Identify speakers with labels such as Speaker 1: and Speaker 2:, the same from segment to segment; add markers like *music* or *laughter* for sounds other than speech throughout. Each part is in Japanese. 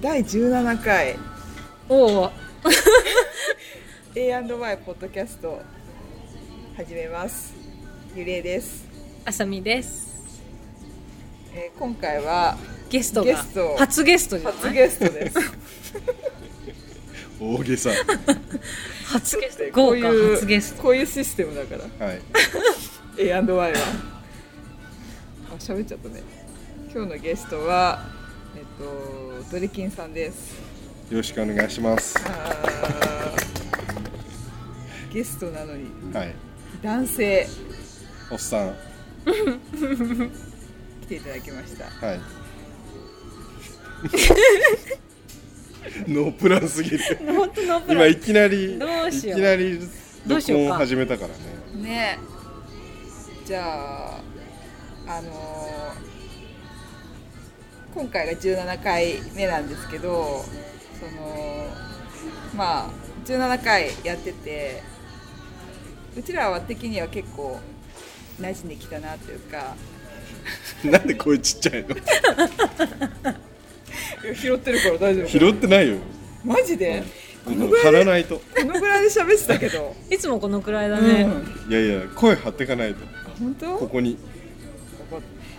Speaker 1: 第17回
Speaker 2: おお
Speaker 1: A&Y ポッドキャスト始めますゆりえです、
Speaker 2: あさみです
Speaker 1: えー今回は
Speaker 2: ゲストが
Speaker 1: ゲスト
Speaker 2: 初ゲストじゃない
Speaker 1: 初ゲストです
Speaker 3: 大げさ
Speaker 2: 初ゲス
Speaker 1: こ
Speaker 2: ト *laughs* 豪
Speaker 1: う
Speaker 2: 華
Speaker 1: いう
Speaker 2: 初ゲスト
Speaker 1: こういうシステムだから
Speaker 3: はい、
Speaker 1: A&Y はあ喋っちゃったね今日のゲストはえっとドリキンさんです
Speaker 3: よろしくお願いします。
Speaker 1: あーゲストなのに
Speaker 3: はい、
Speaker 1: 男性
Speaker 3: おっさん、は
Speaker 1: 来ていただきました
Speaker 3: い。 *laughs* ノープランすぎる。
Speaker 2: 本当のプ
Speaker 3: 今
Speaker 2: ラ
Speaker 3: いきなり、
Speaker 2: どうしよう
Speaker 3: きなり
Speaker 2: どうし
Speaker 3: 録
Speaker 2: ようか
Speaker 3: 音を始めたからね。
Speaker 1: ねえじゃああのー今回が17回目なんですけどそのまあ17回やっててうちらは的には結構馴染んできたなというか
Speaker 3: なんで声ちっちゃいの？
Speaker 1: 拾ってるから大丈
Speaker 3: 拾ってないよ。
Speaker 1: マジで
Speaker 3: あの張らないと。
Speaker 1: このぐらいで喋ってたけど、
Speaker 2: いつもこのくらいだね、
Speaker 1: うん
Speaker 3: いやいや、声張ってかないと。
Speaker 1: 本当
Speaker 3: ここに。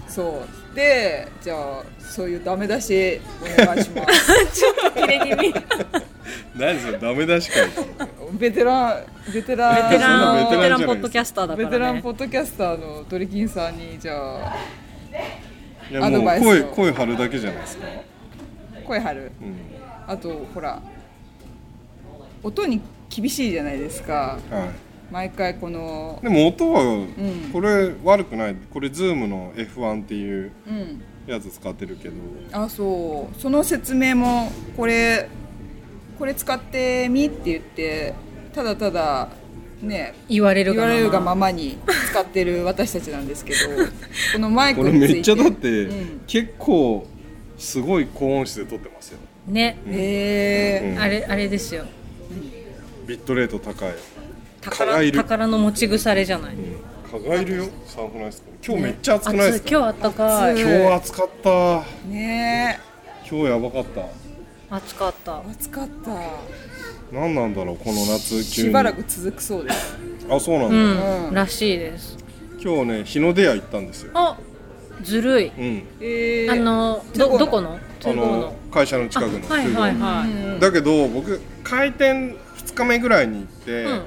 Speaker 1: そうでじゃあそういうダメ出しお願いします
Speaker 2: 切れ気味
Speaker 3: 何それダメ出し会。
Speaker 1: ベテランベテラン
Speaker 2: ベテラン
Speaker 3: そ
Speaker 2: ベ
Speaker 3: ん
Speaker 2: テラ
Speaker 3: なベテラン
Speaker 2: ン
Speaker 3: じゃ
Speaker 2: ポ
Speaker 3: ない
Speaker 2: ッドキャスターだか
Speaker 1: ベテラ
Speaker 2: ら
Speaker 1: ン
Speaker 2: ね
Speaker 1: ポッドキャスターのドリキンさんにじゃあ
Speaker 3: いやも
Speaker 1: アド
Speaker 3: う
Speaker 1: バイスを
Speaker 3: 声声張るだけじゃないですか。
Speaker 1: 声張る
Speaker 3: うん。
Speaker 1: あとほら音に厳しいじゃないですか
Speaker 3: はい。
Speaker 1: 毎回この
Speaker 3: でも音は
Speaker 1: ん
Speaker 3: これ悪くない。これズームの F1 っていう
Speaker 1: うん
Speaker 3: やつ使ってるけど。
Speaker 1: あそうその説明もこれこれ使ってみって言ってただただね
Speaker 2: 言われる
Speaker 1: 言
Speaker 2: か
Speaker 1: わ
Speaker 2: な
Speaker 1: れるがままに使ってる私たちなんですけどこのマイク
Speaker 3: これ
Speaker 1: について
Speaker 3: めっちゃだって、
Speaker 1: うん
Speaker 3: 結構すごい高音質で撮ってますよ、
Speaker 2: ね、
Speaker 1: へえ
Speaker 3: うん
Speaker 2: あれあれですよ
Speaker 3: ビットレート高い蚊が
Speaker 2: 宝
Speaker 3: いる
Speaker 2: 宝の持ち腐れじゃない、
Speaker 3: 蚊がいるよサンフランシスコ今日めっちゃ暑くないです
Speaker 2: 暑い今
Speaker 3: か、
Speaker 2: 日あったか
Speaker 1: 暑
Speaker 2: い
Speaker 1: い
Speaker 3: 今日暑かった
Speaker 1: ね
Speaker 3: 今日やばかった
Speaker 2: 暑かった
Speaker 1: え暑かった
Speaker 3: 何なんだろうこの夏急に
Speaker 1: しばらく続くそうです
Speaker 3: あそうなんだ、
Speaker 2: うん、
Speaker 1: うん
Speaker 2: らしいです
Speaker 3: 今日ね日の出屋行ったんですよ
Speaker 2: あずるい
Speaker 3: うん
Speaker 1: えー
Speaker 2: あの
Speaker 1: 都合
Speaker 2: ど
Speaker 1: の
Speaker 2: どこの
Speaker 3: あ
Speaker 2: 都合
Speaker 3: の
Speaker 2: の
Speaker 3: 会社の近くの
Speaker 2: あはいはいは
Speaker 1: う
Speaker 2: い、
Speaker 1: ん
Speaker 3: だけど僕開店2日目ぐらいに行って、
Speaker 2: うん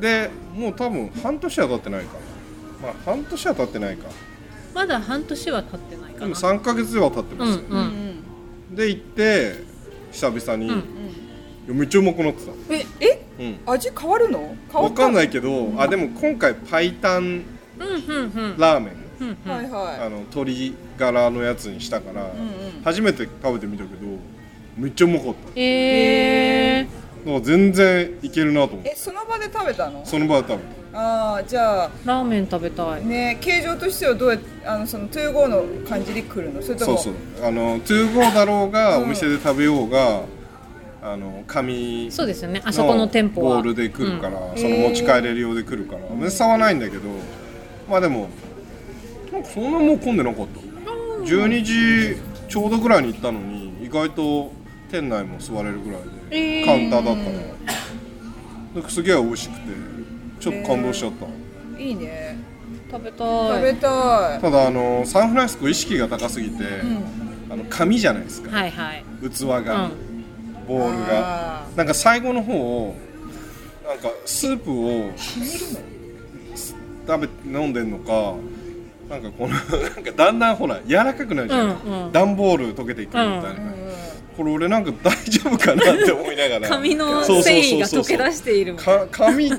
Speaker 3: でもう多分半年は経ってないかなまあ半年は経ってないか
Speaker 2: まだ半年は経ってない
Speaker 3: で
Speaker 2: か
Speaker 3: も
Speaker 2: な
Speaker 3: 3ヶ月は経ってますよ、
Speaker 2: うん
Speaker 1: うん
Speaker 3: で行って久々に、
Speaker 2: うん
Speaker 3: いやめっちゃうまくなってた、
Speaker 1: ええ
Speaker 3: うん、
Speaker 1: 味変わるの変わ
Speaker 3: わかんない
Speaker 1: け
Speaker 3: けどあでも今回白湯
Speaker 2: うんうんうん
Speaker 3: ラーメン、
Speaker 2: うんうん
Speaker 1: はい
Speaker 3: あ
Speaker 1: は
Speaker 3: の鶏ガラのやつにしたから、
Speaker 1: いうん
Speaker 3: 初めて食べてみたけどめっちゃうまかっただか
Speaker 2: えー、
Speaker 3: ら全然いけるなと思っ
Speaker 1: え
Speaker 3: て
Speaker 1: その場で食べたの
Speaker 3: その場で食べた
Speaker 1: ああじゃあ
Speaker 2: ラーメン食べたい。
Speaker 1: ね形状としてはどうやってあのその2 5の感じで来るのそれと
Speaker 3: そ
Speaker 1: も
Speaker 3: うそうあの2ゴーだろうが、
Speaker 1: うん
Speaker 3: お店で食べようがあの紙
Speaker 2: そうですよね。あそこの店舗は。
Speaker 3: ボールで来るか
Speaker 2: うん
Speaker 3: ら、
Speaker 1: ん
Speaker 3: その持ち帰れるようで来るから、別に差はないんだけどまあでもなんかそんなもう混んでなかった12時ちょうどぐらいに行ったのに意外と店内も座れるぐらいで、
Speaker 2: えー
Speaker 3: カウンターだったのですげえ美味しくてちょっと感動しちゃった、
Speaker 1: いいね
Speaker 2: 食べ
Speaker 1: 食
Speaker 2: た
Speaker 1: べ
Speaker 2: い。
Speaker 1: たい
Speaker 3: ただあのサンフランシスコ意識が高すぎて、
Speaker 1: ん
Speaker 3: あの紙じゃないですか、
Speaker 2: はいはい。
Speaker 3: 器が、
Speaker 2: うん
Speaker 3: ボール
Speaker 1: あ
Speaker 3: が。なんか最後の方なんかスープをす食べ飲んでんのかなんかこのなんかだんだんほら柔らかくなるじゃん、
Speaker 2: うんうん
Speaker 3: 段ボール溶けていくみたいな、
Speaker 1: ーうん
Speaker 3: これ俺なんか大丈夫かなって思いながら
Speaker 2: 髪の
Speaker 3: そうそうそうそう
Speaker 2: 繊維が溶け出している。
Speaker 3: か髪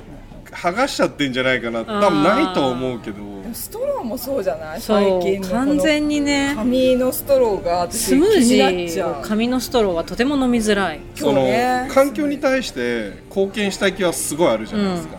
Speaker 3: 剥がしちゃってんじゃないかなって多分ないとは思うけど
Speaker 1: ストローもそうじゃない最
Speaker 2: そ
Speaker 1: 近
Speaker 2: う
Speaker 1: のこの
Speaker 2: 完全にね。
Speaker 1: 紙のストローが私
Speaker 2: スムージ
Speaker 1: 気になっちゃ
Speaker 2: ーを
Speaker 1: う
Speaker 2: 紙のストローはとても飲みづらい。
Speaker 1: そうね
Speaker 3: 環境に対して貢献したい気はすごいあるじゃないですか、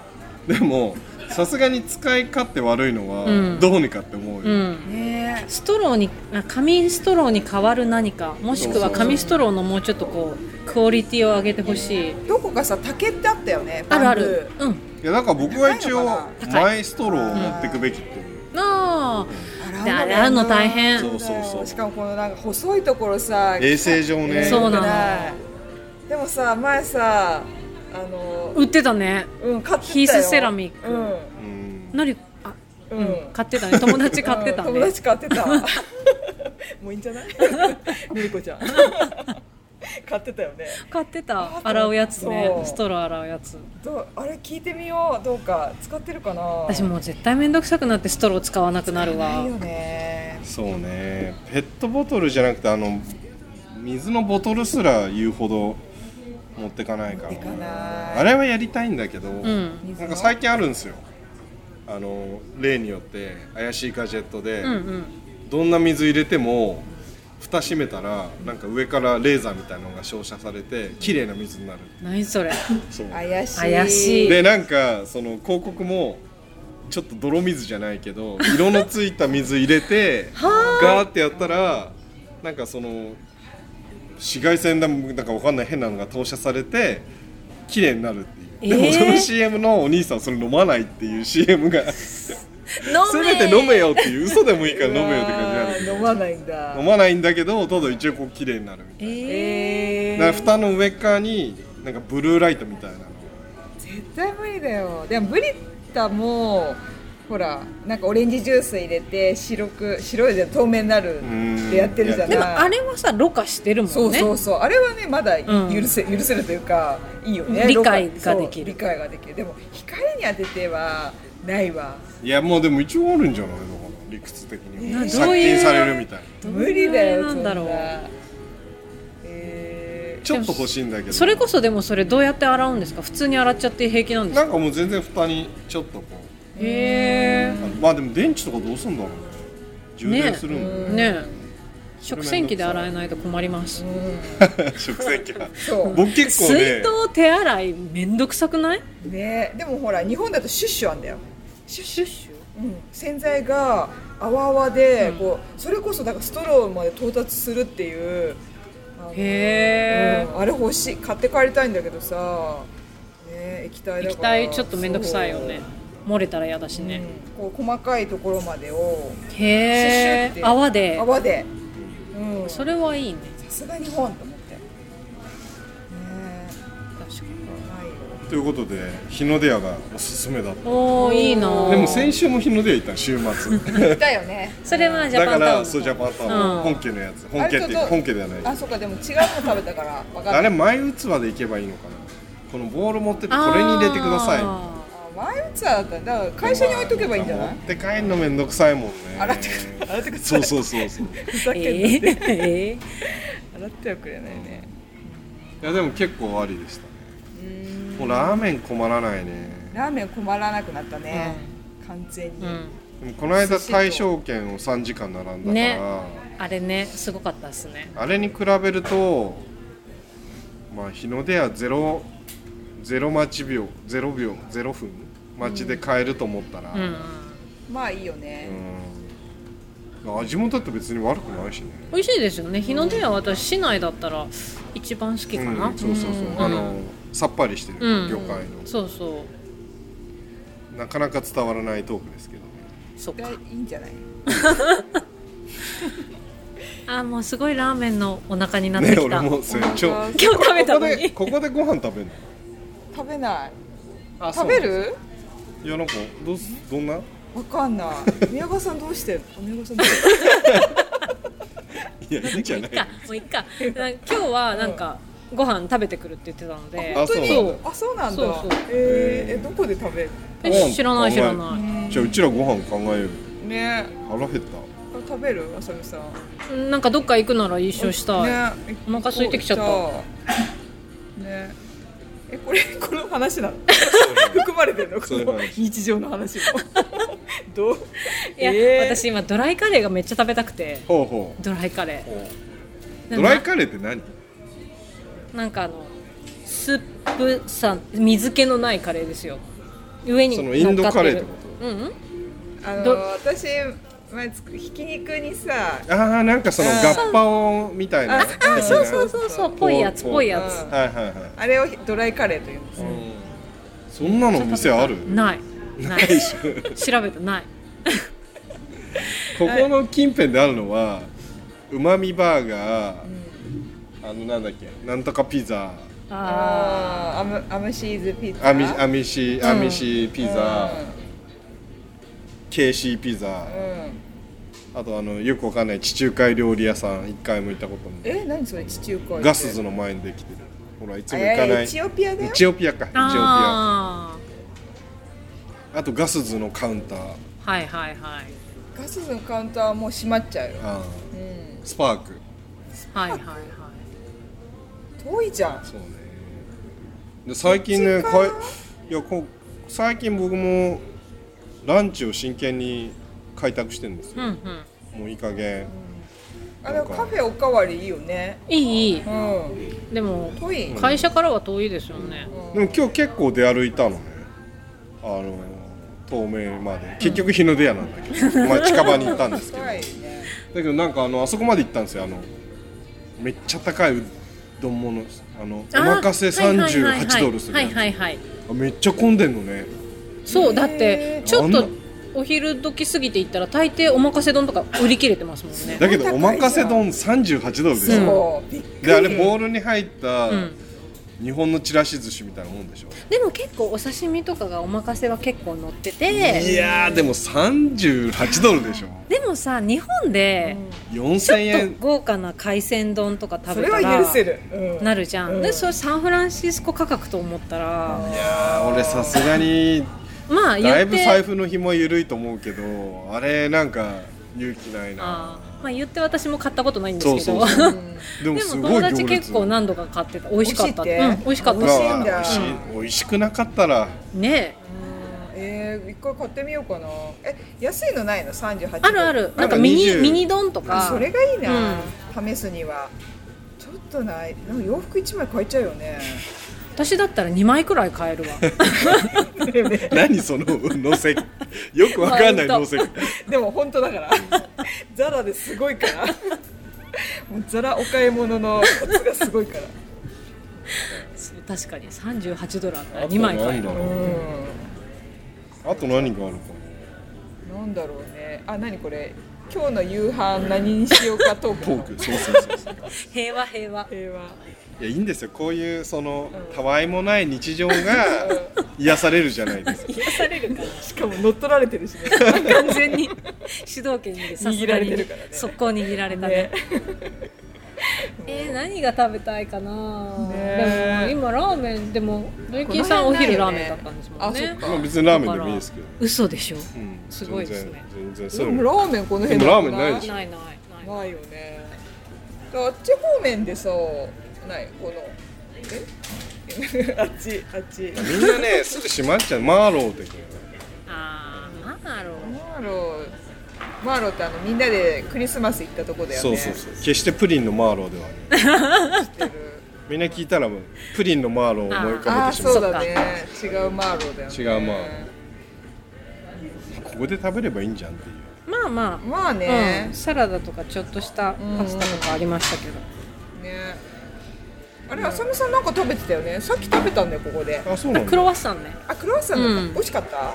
Speaker 3: でもさすがに使い勝手悪いの
Speaker 2: う
Speaker 3: は
Speaker 2: ん
Speaker 3: どうにかって思うよ、
Speaker 2: うん。
Speaker 1: ね
Speaker 2: ストローにあ紙ストローに代わる何かもしく
Speaker 3: そうそう
Speaker 2: は
Speaker 3: そう
Speaker 2: 紙ストローのもうちょっとこうクオリティを上げてほしい。
Speaker 1: どこかさ竹ってあったよね
Speaker 2: あるあ
Speaker 1: バンブ
Speaker 2: る
Speaker 1: ー。
Speaker 2: うん。
Speaker 3: いやだから僕は一
Speaker 1: 高
Speaker 3: 応
Speaker 1: いのか
Speaker 2: な
Speaker 3: マイストローを持ってくべきっていう
Speaker 2: ああ
Speaker 1: あら
Speaker 2: であれあるの大変
Speaker 3: そうそうそう
Speaker 1: しかもこのなんか細いところさ
Speaker 3: 衛生上ね
Speaker 2: そうなの
Speaker 1: のでもさ前さあの
Speaker 2: 売ってたね
Speaker 1: うん買ってたよ
Speaker 2: ヒースセラミック
Speaker 1: うん
Speaker 3: うん
Speaker 2: のりあ
Speaker 1: う
Speaker 2: うんん買ってた
Speaker 1: *laughs*
Speaker 2: ね友達買ってた
Speaker 1: うん友
Speaker 2: ね
Speaker 1: 達買ってた *laughs* もういいんじゃない *laughs* のりこちゃん *laughs* 買ってたよね
Speaker 2: 買ってた洗うやつ
Speaker 1: そ
Speaker 2: ね
Speaker 1: う
Speaker 2: ストロー洗うやつ
Speaker 1: どうあれ聞いてみようどうか使ってるかな
Speaker 2: 私もう絶対面倒くさくなってストロー使わなくなるわ
Speaker 1: ないよね
Speaker 3: そうねペットボトルじゃなくてあの水のボトルすら言うほど持ってかないから
Speaker 1: 持ってかない
Speaker 3: あれはやりたいんだけど、
Speaker 2: ん
Speaker 3: なんか最近あるんですよあの例によって怪しいガジェットで、
Speaker 2: うんうん
Speaker 3: どんな水入れても蓋閉めたらなんか上からレーザーみたいなのが照射されて綺麗な水になる
Speaker 2: 何
Speaker 1: *laughs*
Speaker 2: それ
Speaker 3: そう
Speaker 1: 怪しい
Speaker 2: 怪しい
Speaker 3: でなんかその広告もちょっと泥水じゃないけ
Speaker 2: *laughs*
Speaker 3: ど色のついた水入れてガーってやったらなんかその紫外線だなんかわかんない変なのが投射されて綺麗になるっていう、
Speaker 2: えー
Speaker 3: でもその CM のお兄さんはそれ飲まないっていう CM が
Speaker 2: 飲め
Speaker 3: 全て飲めよっていう嘘でもいいから飲めよって感じなんだけ
Speaker 1: うわー飲まないんだ
Speaker 3: ど飲まないんだけどただ一応こう綺麗になるみたい
Speaker 2: え
Speaker 3: なだから蓋の上側になんかブルーライトみたいなの
Speaker 1: 絶対無理だよでもブリッタもほらなんかオレンジジュース入れて白く白いで透明になる
Speaker 3: ん
Speaker 1: ってやってるじゃない
Speaker 2: でもあれはさろ過してるもんね
Speaker 1: そうそうそうあれはねまだ
Speaker 2: うん
Speaker 1: 許せ、許せるというかいいよね
Speaker 2: 理解が
Speaker 1: ろ過そう
Speaker 2: できる
Speaker 1: 理解ができるでも光に当ててはないわ
Speaker 3: いやもうでも一応あるんじゃないのかな理屈的には
Speaker 2: な
Speaker 3: 殺
Speaker 2: どういう
Speaker 3: 菌されるみたいな
Speaker 2: どの
Speaker 1: 無
Speaker 2: ぐらい
Speaker 1: 理だよ
Speaker 2: なんだろう
Speaker 1: そなえ
Speaker 3: ちょっと欲しいんだけど
Speaker 2: それこそでもそれどうやって洗うんですか普通に洗っちゃって平気なんです
Speaker 3: な
Speaker 2: か
Speaker 3: んかもう全然蓋にちょっとこ
Speaker 2: へ
Speaker 3: うまあでも電池とかどうすんだろうね充電するんだ
Speaker 2: え
Speaker 3: よね
Speaker 2: ねえ食洗機で洗えないと困ります
Speaker 1: ーうん、
Speaker 3: *laughs* 食洗機は
Speaker 1: そう
Speaker 3: 僕結構
Speaker 2: 水
Speaker 3: ね
Speaker 2: 筒手洗いめんどくさくない
Speaker 1: ねでもほら日本だとシュッシュあんだよシュッシュうん、洗剤が泡々でこう、それこそだからストローまで到達するっていうあの
Speaker 2: へえ
Speaker 1: うんあれ欲しい買って帰りたいんだけどさ、ね、液体だから
Speaker 2: 液体ちょっとめんどくさいよね漏れたら嫌だし
Speaker 1: そう
Speaker 2: ね、
Speaker 1: うん、こう細かいところまでをシュッシュ
Speaker 2: へ
Speaker 1: っ
Speaker 2: え
Speaker 1: て
Speaker 2: 泡で
Speaker 1: 泡で、うん、
Speaker 2: そ
Speaker 1: さ
Speaker 2: れはいいね
Speaker 1: すが日本と思ってね
Speaker 2: 確かに
Speaker 1: ないよ
Speaker 3: ということで日の出屋がおすすめだった
Speaker 2: おおいいな
Speaker 3: でも先週も日の出屋行ったの週
Speaker 2: *laughs*
Speaker 3: 末
Speaker 1: 行ったよね
Speaker 2: それはジャ
Speaker 3: だ
Speaker 2: パ
Speaker 3: か
Speaker 2: ンタウン
Speaker 3: らそうジャパンタ
Speaker 2: う
Speaker 3: ウ
Speaker 2: ん
Speaker 3: ン本家のやつ本家っていうか
Speaker 1: あれちょっ
Speaker 3: 本
Speaker 1: と
Speaker 3: 家ではない
Speaker 1: あそっかでも違うの食べたから分か
Speaker 3: あ
Speaker 1: んな
Speaker 3: れ
Speaker 1: い
Speaker 3: 前器で行けばいいのかなこのボール持ってってこれに入れてください
Speaker 2: あ
Speaker 1: 前打つだったらだから会社に置いとけばいいんじゃない
Speaker 3: 持って帰るのめんどくさいもんね
Speaker 1: 洗ってくれ洗ってくれ
Speaker 3: そうそうそうそう
Speaker 1: *laughs* ふざ
Speaker 2: ー
Speaker 1: けんな
Speaker 2: え
Speaker 1: って、
Speaker 2: ー、え
Speaker 1: 洗ってはくれないね
Speaker 3: いやでも結構ありでしたねもうラーメン困らないね
Speaker 1: ラーメン困らなくなったね、完全に、
Speaker 2: ー *laughs* うん
Speaker 3: でもこの間大賞券を3時間並んだから、
Speaker 2: ねあれねすごかったですね
Speaker 3: あれに比べるとまあ日の出はゼロゼロ待ち秒ゼロ秒ゼロ分待ちで買えると思ったら、
Speaker 2: うんうん
Speaker 1: まあいいよね、
Speaker 3: うん味もだって別に悪くないしね
Speaker 2: 美味しいですよね日の出は私市内だったら一番好きかな、
Speaker 3: うん、そうそうそ
Speaker 2: ん
Speaker 3: う、あのさっぱりしてる、
Speaker 2: うん
Speaker 3: 魚介
Speaker 2: そうそう
Speaker 3: のなかなか伝わらないトークですけどね
Speaker 2: そっ
Speaker 1: だ
Speaker 2: か
Speaker 1: いいんじゃない
Speaker 2: あーもうすごいラーメンのお腹になって
Speaker 3: ね
Speaker 2: き
Speaker 3: 俺
Speaker 2: た、
Speaker 3: もそれちょ
Speaker 1: 本当
Speaker 2: *laughs* 今日食べた
Speaker 3: ここ
Speaker 2: の
Speaker 3: で
Speaker 2: に
Speaker 3: ここでご飯食べるの
Speaker 1: 食べない
Speaker 3: あ
Speaker 1: 食べる
Speaker 3: いやなんかどうすどんな *laughs* い
Speaker 1: わかんない宮川さんどう
Speaker 2: *laughs*
Speaker 1: してんの宮川さんどうし
Speaker 3: やいいんじゃない
Speaker 2: いっかもういっかなんか今日はなんかご飯食べてくるって言ってたので
Speaker 3: あ
Speaker 1: てんの
Speaker 3: そう
Speaker 1: 本当にあそうなんだ
Speaker 2: そうそう
Speaker 1: えー、えどこで食べる
Speaker 2: え知らない知ら
Speaker 3: ご
Speaker 2: な
Speaker 3: じゃあうちらご飯考えよ
Speaker 1: ね
Speaker 3: う腹減った
Speaker 1: これ食べるあさみさん
Speaker 2: いなんかどっか行くなら一緒したい、
Speaker 1: ね
Speaker 2: お腹空いてきちゃった
Speaker 1: たねえこれ *laughs* この話なの含まれてるのこ
Speaker 3: そういう
Speaker 1: の
Speaker 3: 話
Speaker 1: 日常の話も
Speaker 2: *laughs*
Speaker 1: どう
Speaker 2: いや、
Speaker 1: えー
Speaker 2: 私今ドライカレーがめっちゃ食べたくて
Speaker 3: ほうほう
Speaker 2: ドライカレ
Speaker 3: ほ
Speaker 2: ー
Speaker 3: うドライ
Speaker 2: カ
Speaker 3: カレーって何
Speaker 2: なんかあのスープさ水気のないカレーですよ上に
Speaker 3: そのイ
Speaker 2: 乗っ
Speaker 3: ンド
Speaker 2: かって
Speaker 3: カレ
Speaker 2: る
Speaker 3: ーってこと
Speaker 2: うんうん
Speaker 1: あ
Speaker 2: ど
Speaker 1: の私前つくひき肉にさ
Speaker 3: ああなんかその
Speaker 1: うん
Speaker 3: ガッパオみたいな
Speaker 1: あ
Speaker 3: 的な
Speaker 2: そうそうそうそうぽいやつ
Speaker 3: こう
Speaker 2: ぽいや
Speaker 1: こ
Speaker 2: つ
Speaker 3: はいはいはい
Speaker 1: あれをドライカレーというんです
Speaker 3: そんなの店ある
Speaker 2: ないない
Speaker 3: ないし
Speaker 2: 調べたない
Speaker 3: ここの近辺であるのはうまみバーガーあのなんだっけなんとかピザ
Speaker 2: あ
Speaker 1: あーアムアムシーズピッツァ
Speaker 3: アミアミシアミシピザ、KC ピザ
Speaker 1: うん、うん
Speaker 3: あとあのよくわかんない地中海料理屋さん一回も行ったことない
Speaker 1: え何それ地中海って
Speaker 3: ガスズの前にできてるほらいつも行
Speaker 1: あ
Speaker 3: か
Speaker 1: いや
Speaker 3: ない
Speaker 1: やエチオピアだよ
Speaker 3: エチオピアかエチオピア
Speaker 2: あ
Speaker 3: あとガスズのカウンター
Speaker 2: ーはいはいはい
Speaker 1: ガスのカウンターはもう閉まっちゃうよ、
Speaker 3: あ
Speaker 1: う
Speaker 3: ー
Speaker 1: ん、
Speaker 3: スパーク
Speaker 2: はいはいはい
Speaker 1: 遠いじゃん
Speaker 3: そうねで最近
Speaker 1: そっ
Speaker 3: ねか
Speaker 1: ち
Speaker 3: い
Speaker 1: か
Speaker 3: いやこう最近僕もランチを真剣に開拓してるんです
Speaker 2: う
Speaker 3: よ、
Speaker 2: んうん
Speaker 3: もういい加減
Speaker 1: あでもカフェおかわりいいよね
Speaker 2: いいいい
Speaker 1: うん
Speaker 2: でも
Speaker 1: 遠い、
Speaker 2: 会社からは遠いですよね
Speaker 3: でも今日結構出歩いたのねあの透明まで結局日の出屋なんだけ
Speaker 2: *laughs*
Speaker 3: ど、まあ近場に行ったんですけど
Speaker 1: 近いね
Speaker 3: だけどなんかあのあそこまで行ったんですよあのめっちゃ高いうどんものあのお任せ38ドルする
Speaker 2: は
Speaker 3: や
Speaker 2: い
Speaker 3: つ
Speaker 2: はいはい
Speaker 3: あめっちゃ混んでんのね
Speaker 2: そう
Speaker 1: へー
Speaker 2: だってちょっ
Speaker 3: あん
Speaker 2: と
Speaker 3: な
Speaker 2: お昼時過ぎていったら大抵おまかせ丼とか売り切れてますもんね
Speaker 3: だけどお任せ丼38ドルですよ、
Speaker 1: そうびっくり
Speaker 3: であれボールに入った
Speaker 2: うん
Speaker 3: 日本のちらし寿司みたいなもんでしょ、
Speaker 2: でも結構お刺身とかがおまかせは結構乗ってて
Speaker 3: いやーでも38ドルでしょ
Speaker 2: でもさ日本でちょ
Speaker 3: 4000
Speaker 2: っ
Speaker 3: 円
Speaker 2: と豪華な海鮮丼とか
Speaker 1: そ
Speaker 2: 食べ
Speaker 1: れ
Speaker 2: た
Speaker 1: は
Speaker 2: ら
Speaker 1: 許せる、うん、
Speaker 2: なるじゃん、
Speaker 1: うん
Speaker 2: でそれサンフランシスコ価格と思ったら
Speaker 3: いやー俺さすがに
Speaker 2: まあ言って
Speaker 3: だいぶ財布の紐緩いと思うけどあれなんか勇気ないな
Speaker 2: あーまあ言って私も買ったことないんですけど
Speaker 3: そうそうそうでも
Speaker 2: でも
Speaker 3: すごい
Speaker 2: 友
Speaker 3: 行
Speaker 2: 達
Speaker 3: 列
Speaker 2: 結構何度か買ってた美味しかった
Speaker 1: 美味しいって
Speaker 2: うん、美味しかっ
Speaker 1: 美味しい
Speaker 2: た
Speaker 1: んだ
Speaker 3: まあ美味しい美味しくなかったら
Speaker 2: ね
Speaker 1: うんえー、一回買ってみようかなえ安いのないの38
Speaker 2: えあるあるなんか
Speaker 3: なんか
Speaker 2: ミニ
Speaker 3: 20
Speaker 2: ミニ丼とか
Speaker 1: それがいいな、
Speaker 2: う
Speaker 1: 試すにはちょっとないでも洋服1枚買えちゃうよね *laughs*
Speaker 2: 私だったら2枚くらい買えるわ
Speaker 3: 何そののせよくわかんない
Speaker 2: マウ
Speaker 3: の
Speaker 2: ン *laughs* ト
Speaker 3: せ
Speaker 1: でも本当だからザラですごいからもうザラお買い物のコツがすごいから
Speaker 2: そう確かに38ドルあったら2枚買える
Speaker 3: あと何だろ
Speaker 1: う
Speaker 3: うあと何があるか
Speaker 1: んなんだろうねあ何これ今日の夕飯何にしようかトー
Speaker 3: な
Speaker 1: ク
Speaker 3: ト
Speaker 1: な
Speaker 3: ー
Speaker 1: の
Speaker 3: クそうそうそうそう
Speaker 2: 平和平和
Speaker 1: 平和
Speaker 3: いやいいんですよこういうその
Speaker 1: うん
Speaker 3: たわいもない日常が癒されるじゃないですか
Speaker 2: 癒されるか
Speaker 1: しかも乗っ取られてるしね
Speaker 2: ら完全
Speaker 1: *laughs*
Speaker 2: に主導権にさすがに
Speaker 1: 握られてるからね
Speaker 2: 速攻握られたね
Speaker 1: ね
Speaker 2: *laughs* えー、何が食べたいかな、
Speaker 1: ねえ
Speaker 2: でも今ラーメンでも土井
Speaker 1: こ
Speaker 2: 金
Speaker 1: の
Speaker 2: さんお
Speaker 1: 辺ない
Speaker 2: 昼ラ
Speaker 1: よ
Speaker 2: ー
Speaker 1: ね
Speaker 2: メンだったんですもんね
Speaker 1: あそっか
Speaker 3: まあ別にラーメンでもいいですけど
Speaker 2: だから嘘でしょ
Speaker 3: うん
Speaker 2: すごいですね
Speaker 3: 全然全然そ
Speaker 1: で
Speaker 3: う
Speaker 1: もラーメンこの辺
Speaker 3: でもラーメンないでしょ
Speaker 2: ないないないない
Speaker 1: ないよねあっち方面でさないこのえ *laughs* あっちあっち
Speaker 3: みんなねすぐ閉まっちゃうマーローってくる
Speaker 2: あーなんだろう
Speaker 1: マーローマーローってあのみんなでクリスマス行ったとこだよね
Speaker 3: そうそうそう決してプリンのマーローではない
Speaker 1: 知ってる
Speaker 3: みんな聞いたらもうプリンのマーローを思い浮
Speaker 1: ああ
Speaker 3: かべてし
Speaker 1: そ
Speaker 3: ま
Speaker 1: う
Speaker 3: う
Speaker 1: だね違うマーローだよね
Speaker 3: 違うマーここで食べればいいんじゃんっていう
Speaker 2: まあま
Speaker 1: まあ
Speaker 2: あ、
Speaker 1: ね
Speaker 2: うん、、サラダとかちょっとしたパスタとかありましたけど、
Speaker 1: ねあれ浅見さんなんか食べてたよねさっき食べたんだよここで
Speaker 3: あそうなん
Speaker 2: ク
Speaker 3: だ
Speaker 2: ロワッサンね
Speaker 1: あクロワッサンだった、
Speaker 2: うん
Speaker 1: 美味しかった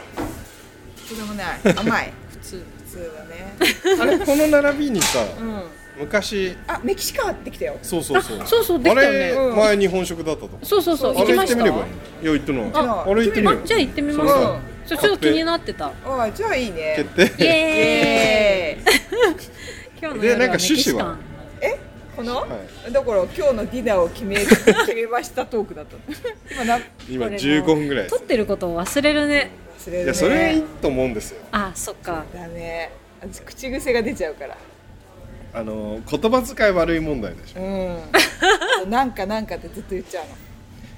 Speaker 1: そうでもない甘い
Speaker 2: 普通
Speaker 1: *laughs* 普通だね
Speaker 3: あれこの並びにさ
Speaker 1: うん
Speaker 3: 昔
Speaker 1: あメキシカンってきたよ
Speaker 3: そうそうそう
Speaker 2: あそうそうできたよね
Speaker 3: あれ
Speaker 1: うん
Speaker 3: 前日本食だったとこ
Speaker 2: そうそうそう
Speaker 3: あ
Speaker 2: 行き
Speaker 3: れ行
Speaker 2: ま
Speaker 3: って
Speaker 2: した
Speaker 3: みればいいいや行ってない
Speaker 1: あ
Speaker 3: あれ行ってみればい
Speaker 2: あ
Speaker 3: い
Speaker 2: じゃあ行ってみます
Speaker 3: そ
Speaker 1: うん
Speaker 2: ちょちょっと気になってた
Speaker 1: ああじゃあいいね
Speaker 3: 決
Speaker 2: イ
Speaker 3: 定
Speaker 2: エ
Speaker 1: えー、
Speaker 2: ーイ今日の夜
Speaker 3: でな
Speaker 2: は
Speaker 3: んか
Speaker 2: メ
Speaker 3: 趣
Speaker 2: キシ
Speaker 3: 旨
Speaker 2: カ
Speaker 3: は
Speaker 2: ン
Speaker 1: この、
Speaker 3: は
Speaker 1: だから今日のディナーを決め決めましたトークだったの今な忘
Speaker 3: 今
Speaker 2: これも
Speaker 3: 15分ぐらいです
Speaker 2: 撮ってることを忘れるね
Speaker 1: れるね
Speaker 3: いやそれいいと思うんですよ
Speaker 2: あそっか
Speaker 1: だねあ口癖が出ちゃうから
Speaker 3: あの言葉遣い悪い問題でしょ
Speaker 2: *laughs*
Speaker 1: うんなんかなんかってずっと言っちゃう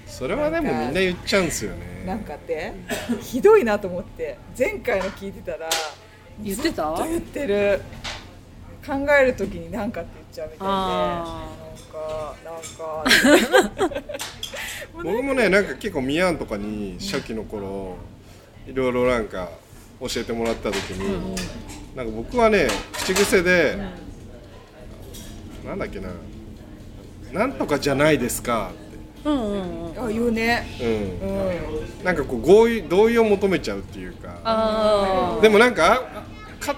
Speaker 3: それはでもみんな言っちゃうんですよね
Speaker 1: のなんかってひどいなと思って前回の聞いてたら
Speaker 2: 言っ
Speaker 1: ず
Speaker 2: てた
Speaker 1: っと言ってる考える時になんかって言っちゃうみたい
Speaker 2: あ
Speaker 1: でなんかなんか
Speaker 3: 僕もねなんか結構ミヤンとかに初期の頃いろいろなんか教えてもらった時に、なんか僕はね口癖で、なんだっけな「なんとかじゃないですか」
Speaker 2: うんうんうん
Speaker 1: あ言うね
Speaker 3: って、うん
Speaker 1: うん
Speaker 3: なんかこう合意同意を求めちゃうっていうか
Speaker 2: あ
Speaker 3: でもなんかあ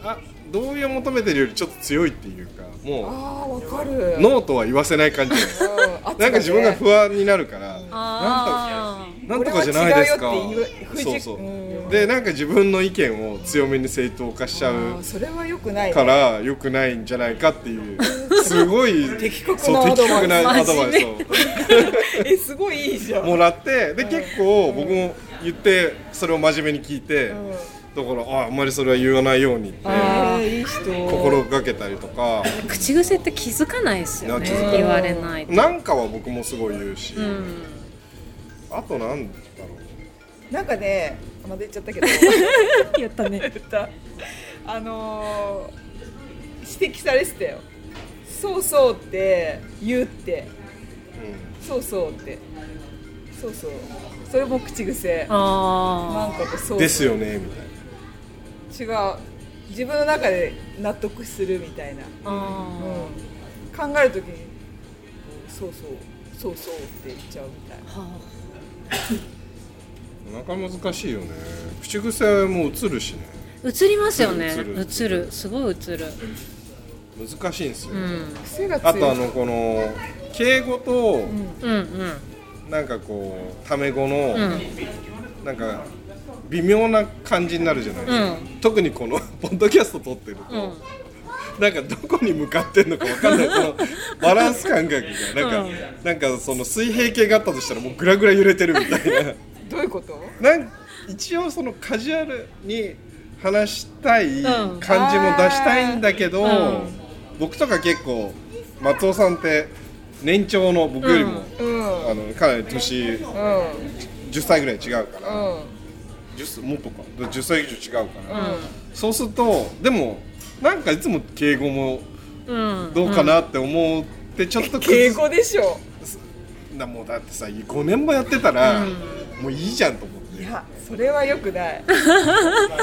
Speaker 3: か同意を求めてるよりちょっと強いっていうかも
Speaker 1: あーわか
Speaker 3: う
Speaker 1: る
Speaker 3: ノーとは言わせない感じ
Speaker 1: う
Speaker 3: なん
Speaker 1: 圧だね
Speaker 3: んか自分が不安になるから
Speaker 2: あ
Speaker 3: なんとかじゃないですか
Speaker 1: これは違うよって言う
Speaker 3: そうそう
Speaker 1: うん
Speaker 3: でなんか自分の意見を強めに正当化しちゃ
Speaker 1: あー
Speaker 3: う
Speaker 1: それはよくないね
Speaker 3: から良くないんじゃないかっていうすごい
Speaker 1: 的確な
Speaker 3: そう的確な
Speaker 2: ア
Speaker 3: ア
Speaker 2: ド
Speaker 3: ド
Speaker 2: バ
Speaker 3: バ
Speaker 2: イ
Speaker 3: イ
Speaker 2: ス
Speaker 3: スを
Speaker 1: *laughs* えすごいいいじゃん
Speaker 3: もらってで結構僕も言ってそれを真面目に聞いてだ
Speaker 1: ん
Speaker 3: からああんまりそれは言わないようにって
Speaker 1: あーいい人
Speaker 3: 心がけたりとか
Speaker 2: ー口癖って気づかないですよね
Speaker 3: いや気づか
Speaker 1: ない
Speaker 2: 言われないと
Speaker 3: なんかは僕もすごい言うし
Speaker 2: うん
Speaker 3: あとなんだろう
Speaker 1: なんかねまた *laughs* 言っちゃったけど
Speaker 2: 言ったね
Speaker 1: 言ったあのー、指摘されてたよそうそうって言うってそうそうってそうそうそれも口癖なん
Speaker 2: あ
Speaker 1: かとそううん
Speaker 3: ですよねみたいな
Speaker 1: 違う自分の中で納得するみたいな、
Speaker 2: ーあ
Speaker 1: うん、考えるときにそうそうそうそうって言っちゃうみたいな
Speaker 2: ーは
Speaker 3: なかなか難しいよね口癖も映るしね
Speaker 2: あ映りますよね
Speaker 3: 映る
Speaker 2: 映るすごい映る
Speaker 3: 難しいんですよ、
Speaker 2: うん
Speaker 1: 癖が強い
Speaker 3: あとあのこの敬語と
Speaker 2: うんうん
Speaker 3: なんかこうタメ語の
Speaker 2: うん
Speaker 3: なんか微妙な感じになるじゃないですか、
Speaker 2: う
Speaker 3: 特にこの *laughs* ポッドキャスト撮ってると、
Speaker 2: うん
Speaker 3: なんかどこに向かってんのかわかんないこのバランス感覚がなんか、
Speaker 2: うん
Speaker 3: なんかその水平形があったとしたらもうグラグラ揺れてるみたいな。
Speaker 1: どういうこと
Speaker 3: なん一応そのカジュアルに話したい
Speaker 2: うん
Speaker 3: 感じも出したいんだけど、
Speaker 2: うん
Speaker 3: 僕とか結構松尾さんって年長の僕よりも、
Speaker 1: うん
Speaker 3: あのかなり年
Speaker 1: うん
Speaker 3: 10歳ぐらい違うから、
Speaker 1: うん
Speaker 3: 10歳もっとか10歳以上違うから、
Speaker 1: うん
Speaker 3: そうするとでもなんかいつも敬語も
Speaker 2: うん
Speaker 3: どうかなって思ってちょっと
Speaker 1: 敬語でしょ
Speaker 3: なもうだってさ5年もやってたら、
Speaker 2: うん
Speaker 3: もういいじゃんと思って
Speaker 1: い。やそれはよくない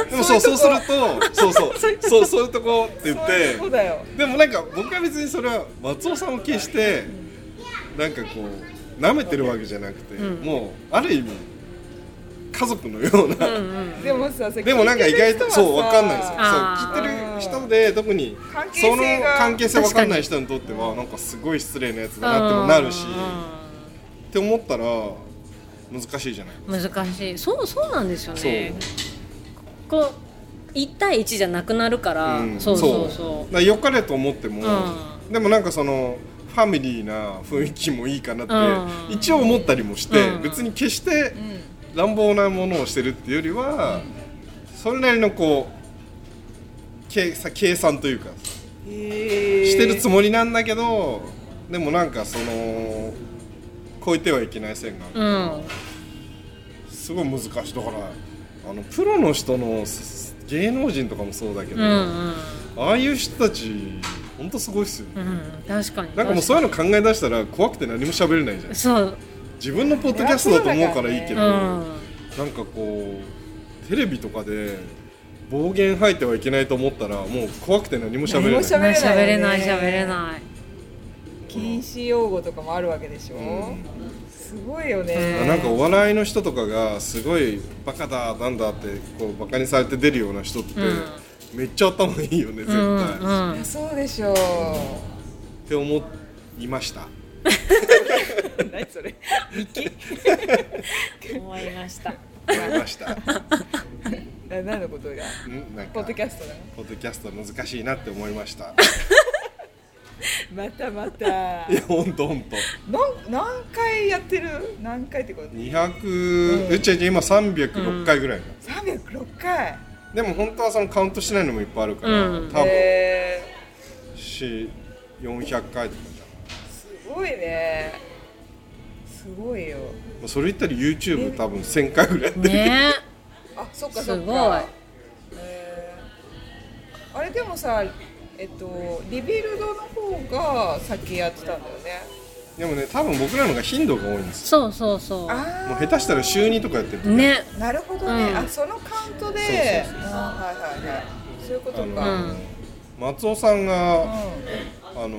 Speaker 3: でもそうそうするとそうそうそうそういうとこって言
Speaker 1: そ
Speaker 3: っ
Speaker 1: ういう
Speaker 3: て
Speaker 1: とこだよ
Speaker 3: でもなんか僕は別にそれは松尾さんを決してなんかこう舐めてるわけじゃなくて、
Speaker 2: ん
Speaker 3: もうある意味家族のような、
Speaker 2: うんうん
Speaker 1: でもさ
Speaker 3: でもなんか意外とそうわかんないですよそう
Speaker 2: あー
Speaker 3: 聞いてる人で特に
Speaker 1: 関係
Speaker 3: その
Speaker 1: 性が
Speaker 3: 関係性わかんない人にとってはなんかすごい失礼なやつだなってもなるしって思ったら難しいじゃない
Speaker 2: 難しいそうそうなんですよ
Speaker 3: そう
Speaker 2: ねこう1対1じゃなくなるから、
Speaker 3: うん
Speaker 2: そうそうそ
Speaker 3: だから良かれと思っても、
Speaker 2: う
Speaker 3: でもなんかそのファミリーな雰囲気もいいかなって、
Speaker 2: うん
Speaker 3: 一応思ったりもして、
Speaker 2: うん
Speaker 3: 別に決して
Speaker 1: うん
Speaker 3: 乱暴なものをしてるっていうよりは、それなりのこう計さ計算というか
Speaker 1: へー
Speaker 3: してるつもりなんだけど、でもなんかその超えてはいけない線があ
Speaker 2: う、う
Speaker 3: る、
Speaker 2: ん、
Speaker 3: すごい難しいだからあのプロの人のす芸能人とかもそうだけ
Speaker 2: う
Speaker 3: ど、
Speaker 2: んうん
Speaker 3: ああいう人たち本当すごいっすよね。
Speaker 2: うん確かに
Speaker 3: なんかもうそういうの考え出したら怖くて何も喋れないじゃん
Speaker 2: そう、
Speaker 3: 自分のポッドキャストだと思うからいいけ
Speaker 2: う
Speaker 3: ど、
Speaker 2: ん、
Speaker 3: なんかこうテレビとかで暴言吐いてはいけないと思ったらもう怖くて何も喋れない
Speaker 1: 何も喋れない
Speaker 2: 喋れない
Speaker 1: ね
Speaker 2: 喋れない
Speaker 1: 禁止用語とかもあるわけでしょ、すごいよね、
Speaker 3: なんかお笑いの人とかがすごいバカだなんだってこうバカにされて出るような人って、
Speaker 2: うん
Speaker 3: めっちゃ頭いいよね絶対、
Speaker 2: うん
Speaker 3: っ
Speaker 2: う
Speaker 1: い
Speaker 2: ん
Speaker 1: やそうでしょう、
Speaker 3: て思いました
Speaker 1: 何それ
Speaker 2: 思いました
Speaker 3: 思いました
Speaker 1: *laughs*
Speaker 3: ん
Speaker 1: な何のことが
Speaker 3: なんか
Speaker 1: ポッドキャストだ
Speaker 3: ポッドキャスト難しいなって思いました
Speaker 1: またまた
Speaker 3: いやほんとほんと
Speaker 1: なん何回やってる何回ってこと
Speaker 3: 200、うちうち今306回ぐらいか、
Speaker 1: 306回
Speaker 3: でも本当はそのカウントしないのもいっぱいあるから、
Speaker 2: うん
Speaker 3: 多分
Speaker 1: え
Speaker 3: し400回とかじ
Speaker 1: ー、すごいねすごいよ
Speaker 3: ゃんまあそれ言ったら YouTube 多分1000回ぐらいやってる、
Speaker 2: ね
Speaker 1: あそっかそっか
Speaker 2: すごい
Speaker 1: えーあれでもさえっとリビルドの方が先やってたんだよね
Speaker 3: でもね多分僕らの方が頻度が多いんです
Speaker 2: そうそうそ
Speaker 1: あ
Speaker 3: もう下手したら週2とかやってる
Speaker 2: うね
Speaker 1: あなるほどね、
Speaker 2: うん
Speaker 1: あそのカウントで
Speaker 3: そうそう
Speaker 1: あーはいはいはいそういうことか、
Speaker 3: あの、
Speaker 2: うん
Speaker 3: 松尾さんが、
Speaker 1: う
Speaker 3: あの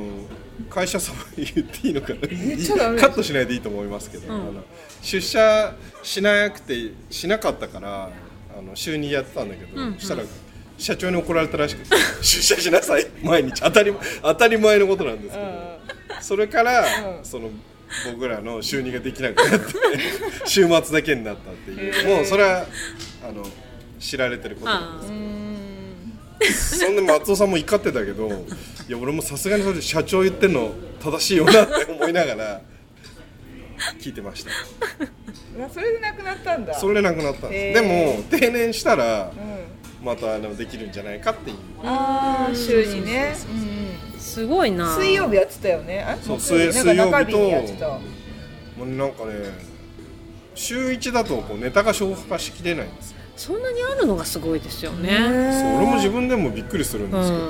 Speaker 3: 会社様言っていいのかな
Speaker 1: っちゃダメ
Speaker 3: カットしないでいいと思いますけど、
Speaker 2: うん
Speaker 3: あの出社しなくてしなかったからあの週にやってたんだけど、
Speaker 2: うんうん
Speaker 3: したら社長に怒られたらしく *laughs* 出社しなさい毎日当たり当たり前のことなんですけど、それから、その僕らの収入ができなくなって
Speaker 2: *laughs*
Speaker 3: 週末だけになったっていう、もうそれはあの知られてることなん
Speaker 2: あ
Speaker 3: で
Speaker 2: あ
Speaker 3: すそんで松尾さんも怒ってたけどいや俺もさすがにそれ社長言ってんの正しいよなって思いながら聞いてました
Speaker 1: うん、それでなくなったんだ
Speaker 3: それでなくなったんです、
Speaker 1: へ
Speaker 3: でも定年したら
Speaker 1: うん、
Speaker 3: またあのできるんじゃないかっていう
Speaker 1: ああ週にねうん
Speaker 2: すごいな
Speaker 1: 水曜日やってたよねあ
Speaker 3: そう
Speaker 1: 木曜
Speaker 3: 水水曜
Speaker 1: なんか
Speaker 3: 日
Speaker 1: 中にやってた
Speaker 3: ともうなんかね週1だとこうネタが消化しきれないんですよ、
Speaker 2: そんなにあるのがすごいですよね
Speaker 3: そう俺も自分でもびっくりするん
Speaker 2: う
Speaker 3: ですけど、
Speaker 2: ん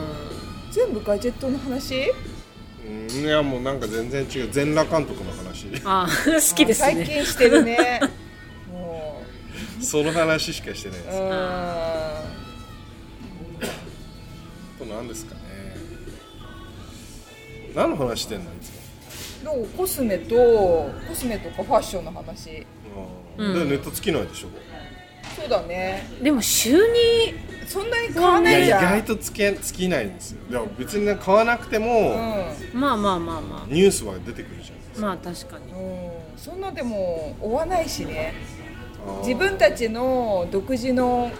Speaker 1: 全部ガジェットの話
Speaker 3: うん、いやもうなんか全然違う全裸監督の話
Speaker 2: ああ好きです
Speaker 1: 最
Speaker 2: ね
Speaker 1: 近してる
Speaker 3: *laughs*
Speaker 1: ねも
Speaker 3: その話しかしてないで
Speaker 1: うう
Speaker 3: す
Speaker 1: ん
Speaker 3: あと何ですかね何の話してんのいつも
Speaker 1: どうコスメとコスメとかファッションの話
Speaker 3: あー、
Speaker 2: うん
Speaker 3: でネタ尽きないでしょ
Speaker 1: そうだね
Speaker 2: でも週に
Speaker 1: そんなに買わ
Speaker 3: い
Speaker 1: ない
Speaker 3: や意
Speaker 1: じゃん
Speaker 3: 外とつけ尽きないんですよでも別にね買わなくても、
Speaker 2: まあまあまあま
Speaker 3: ニュースは出てくるじゃないで
Speaker 2: あ
Speaker 3: すか
Speaker 2: まあ確かに
Speaker 1: うん、うん、そんなでも追わないしね
Speaker 3: あー
Speaker 1: 自分たちの独自の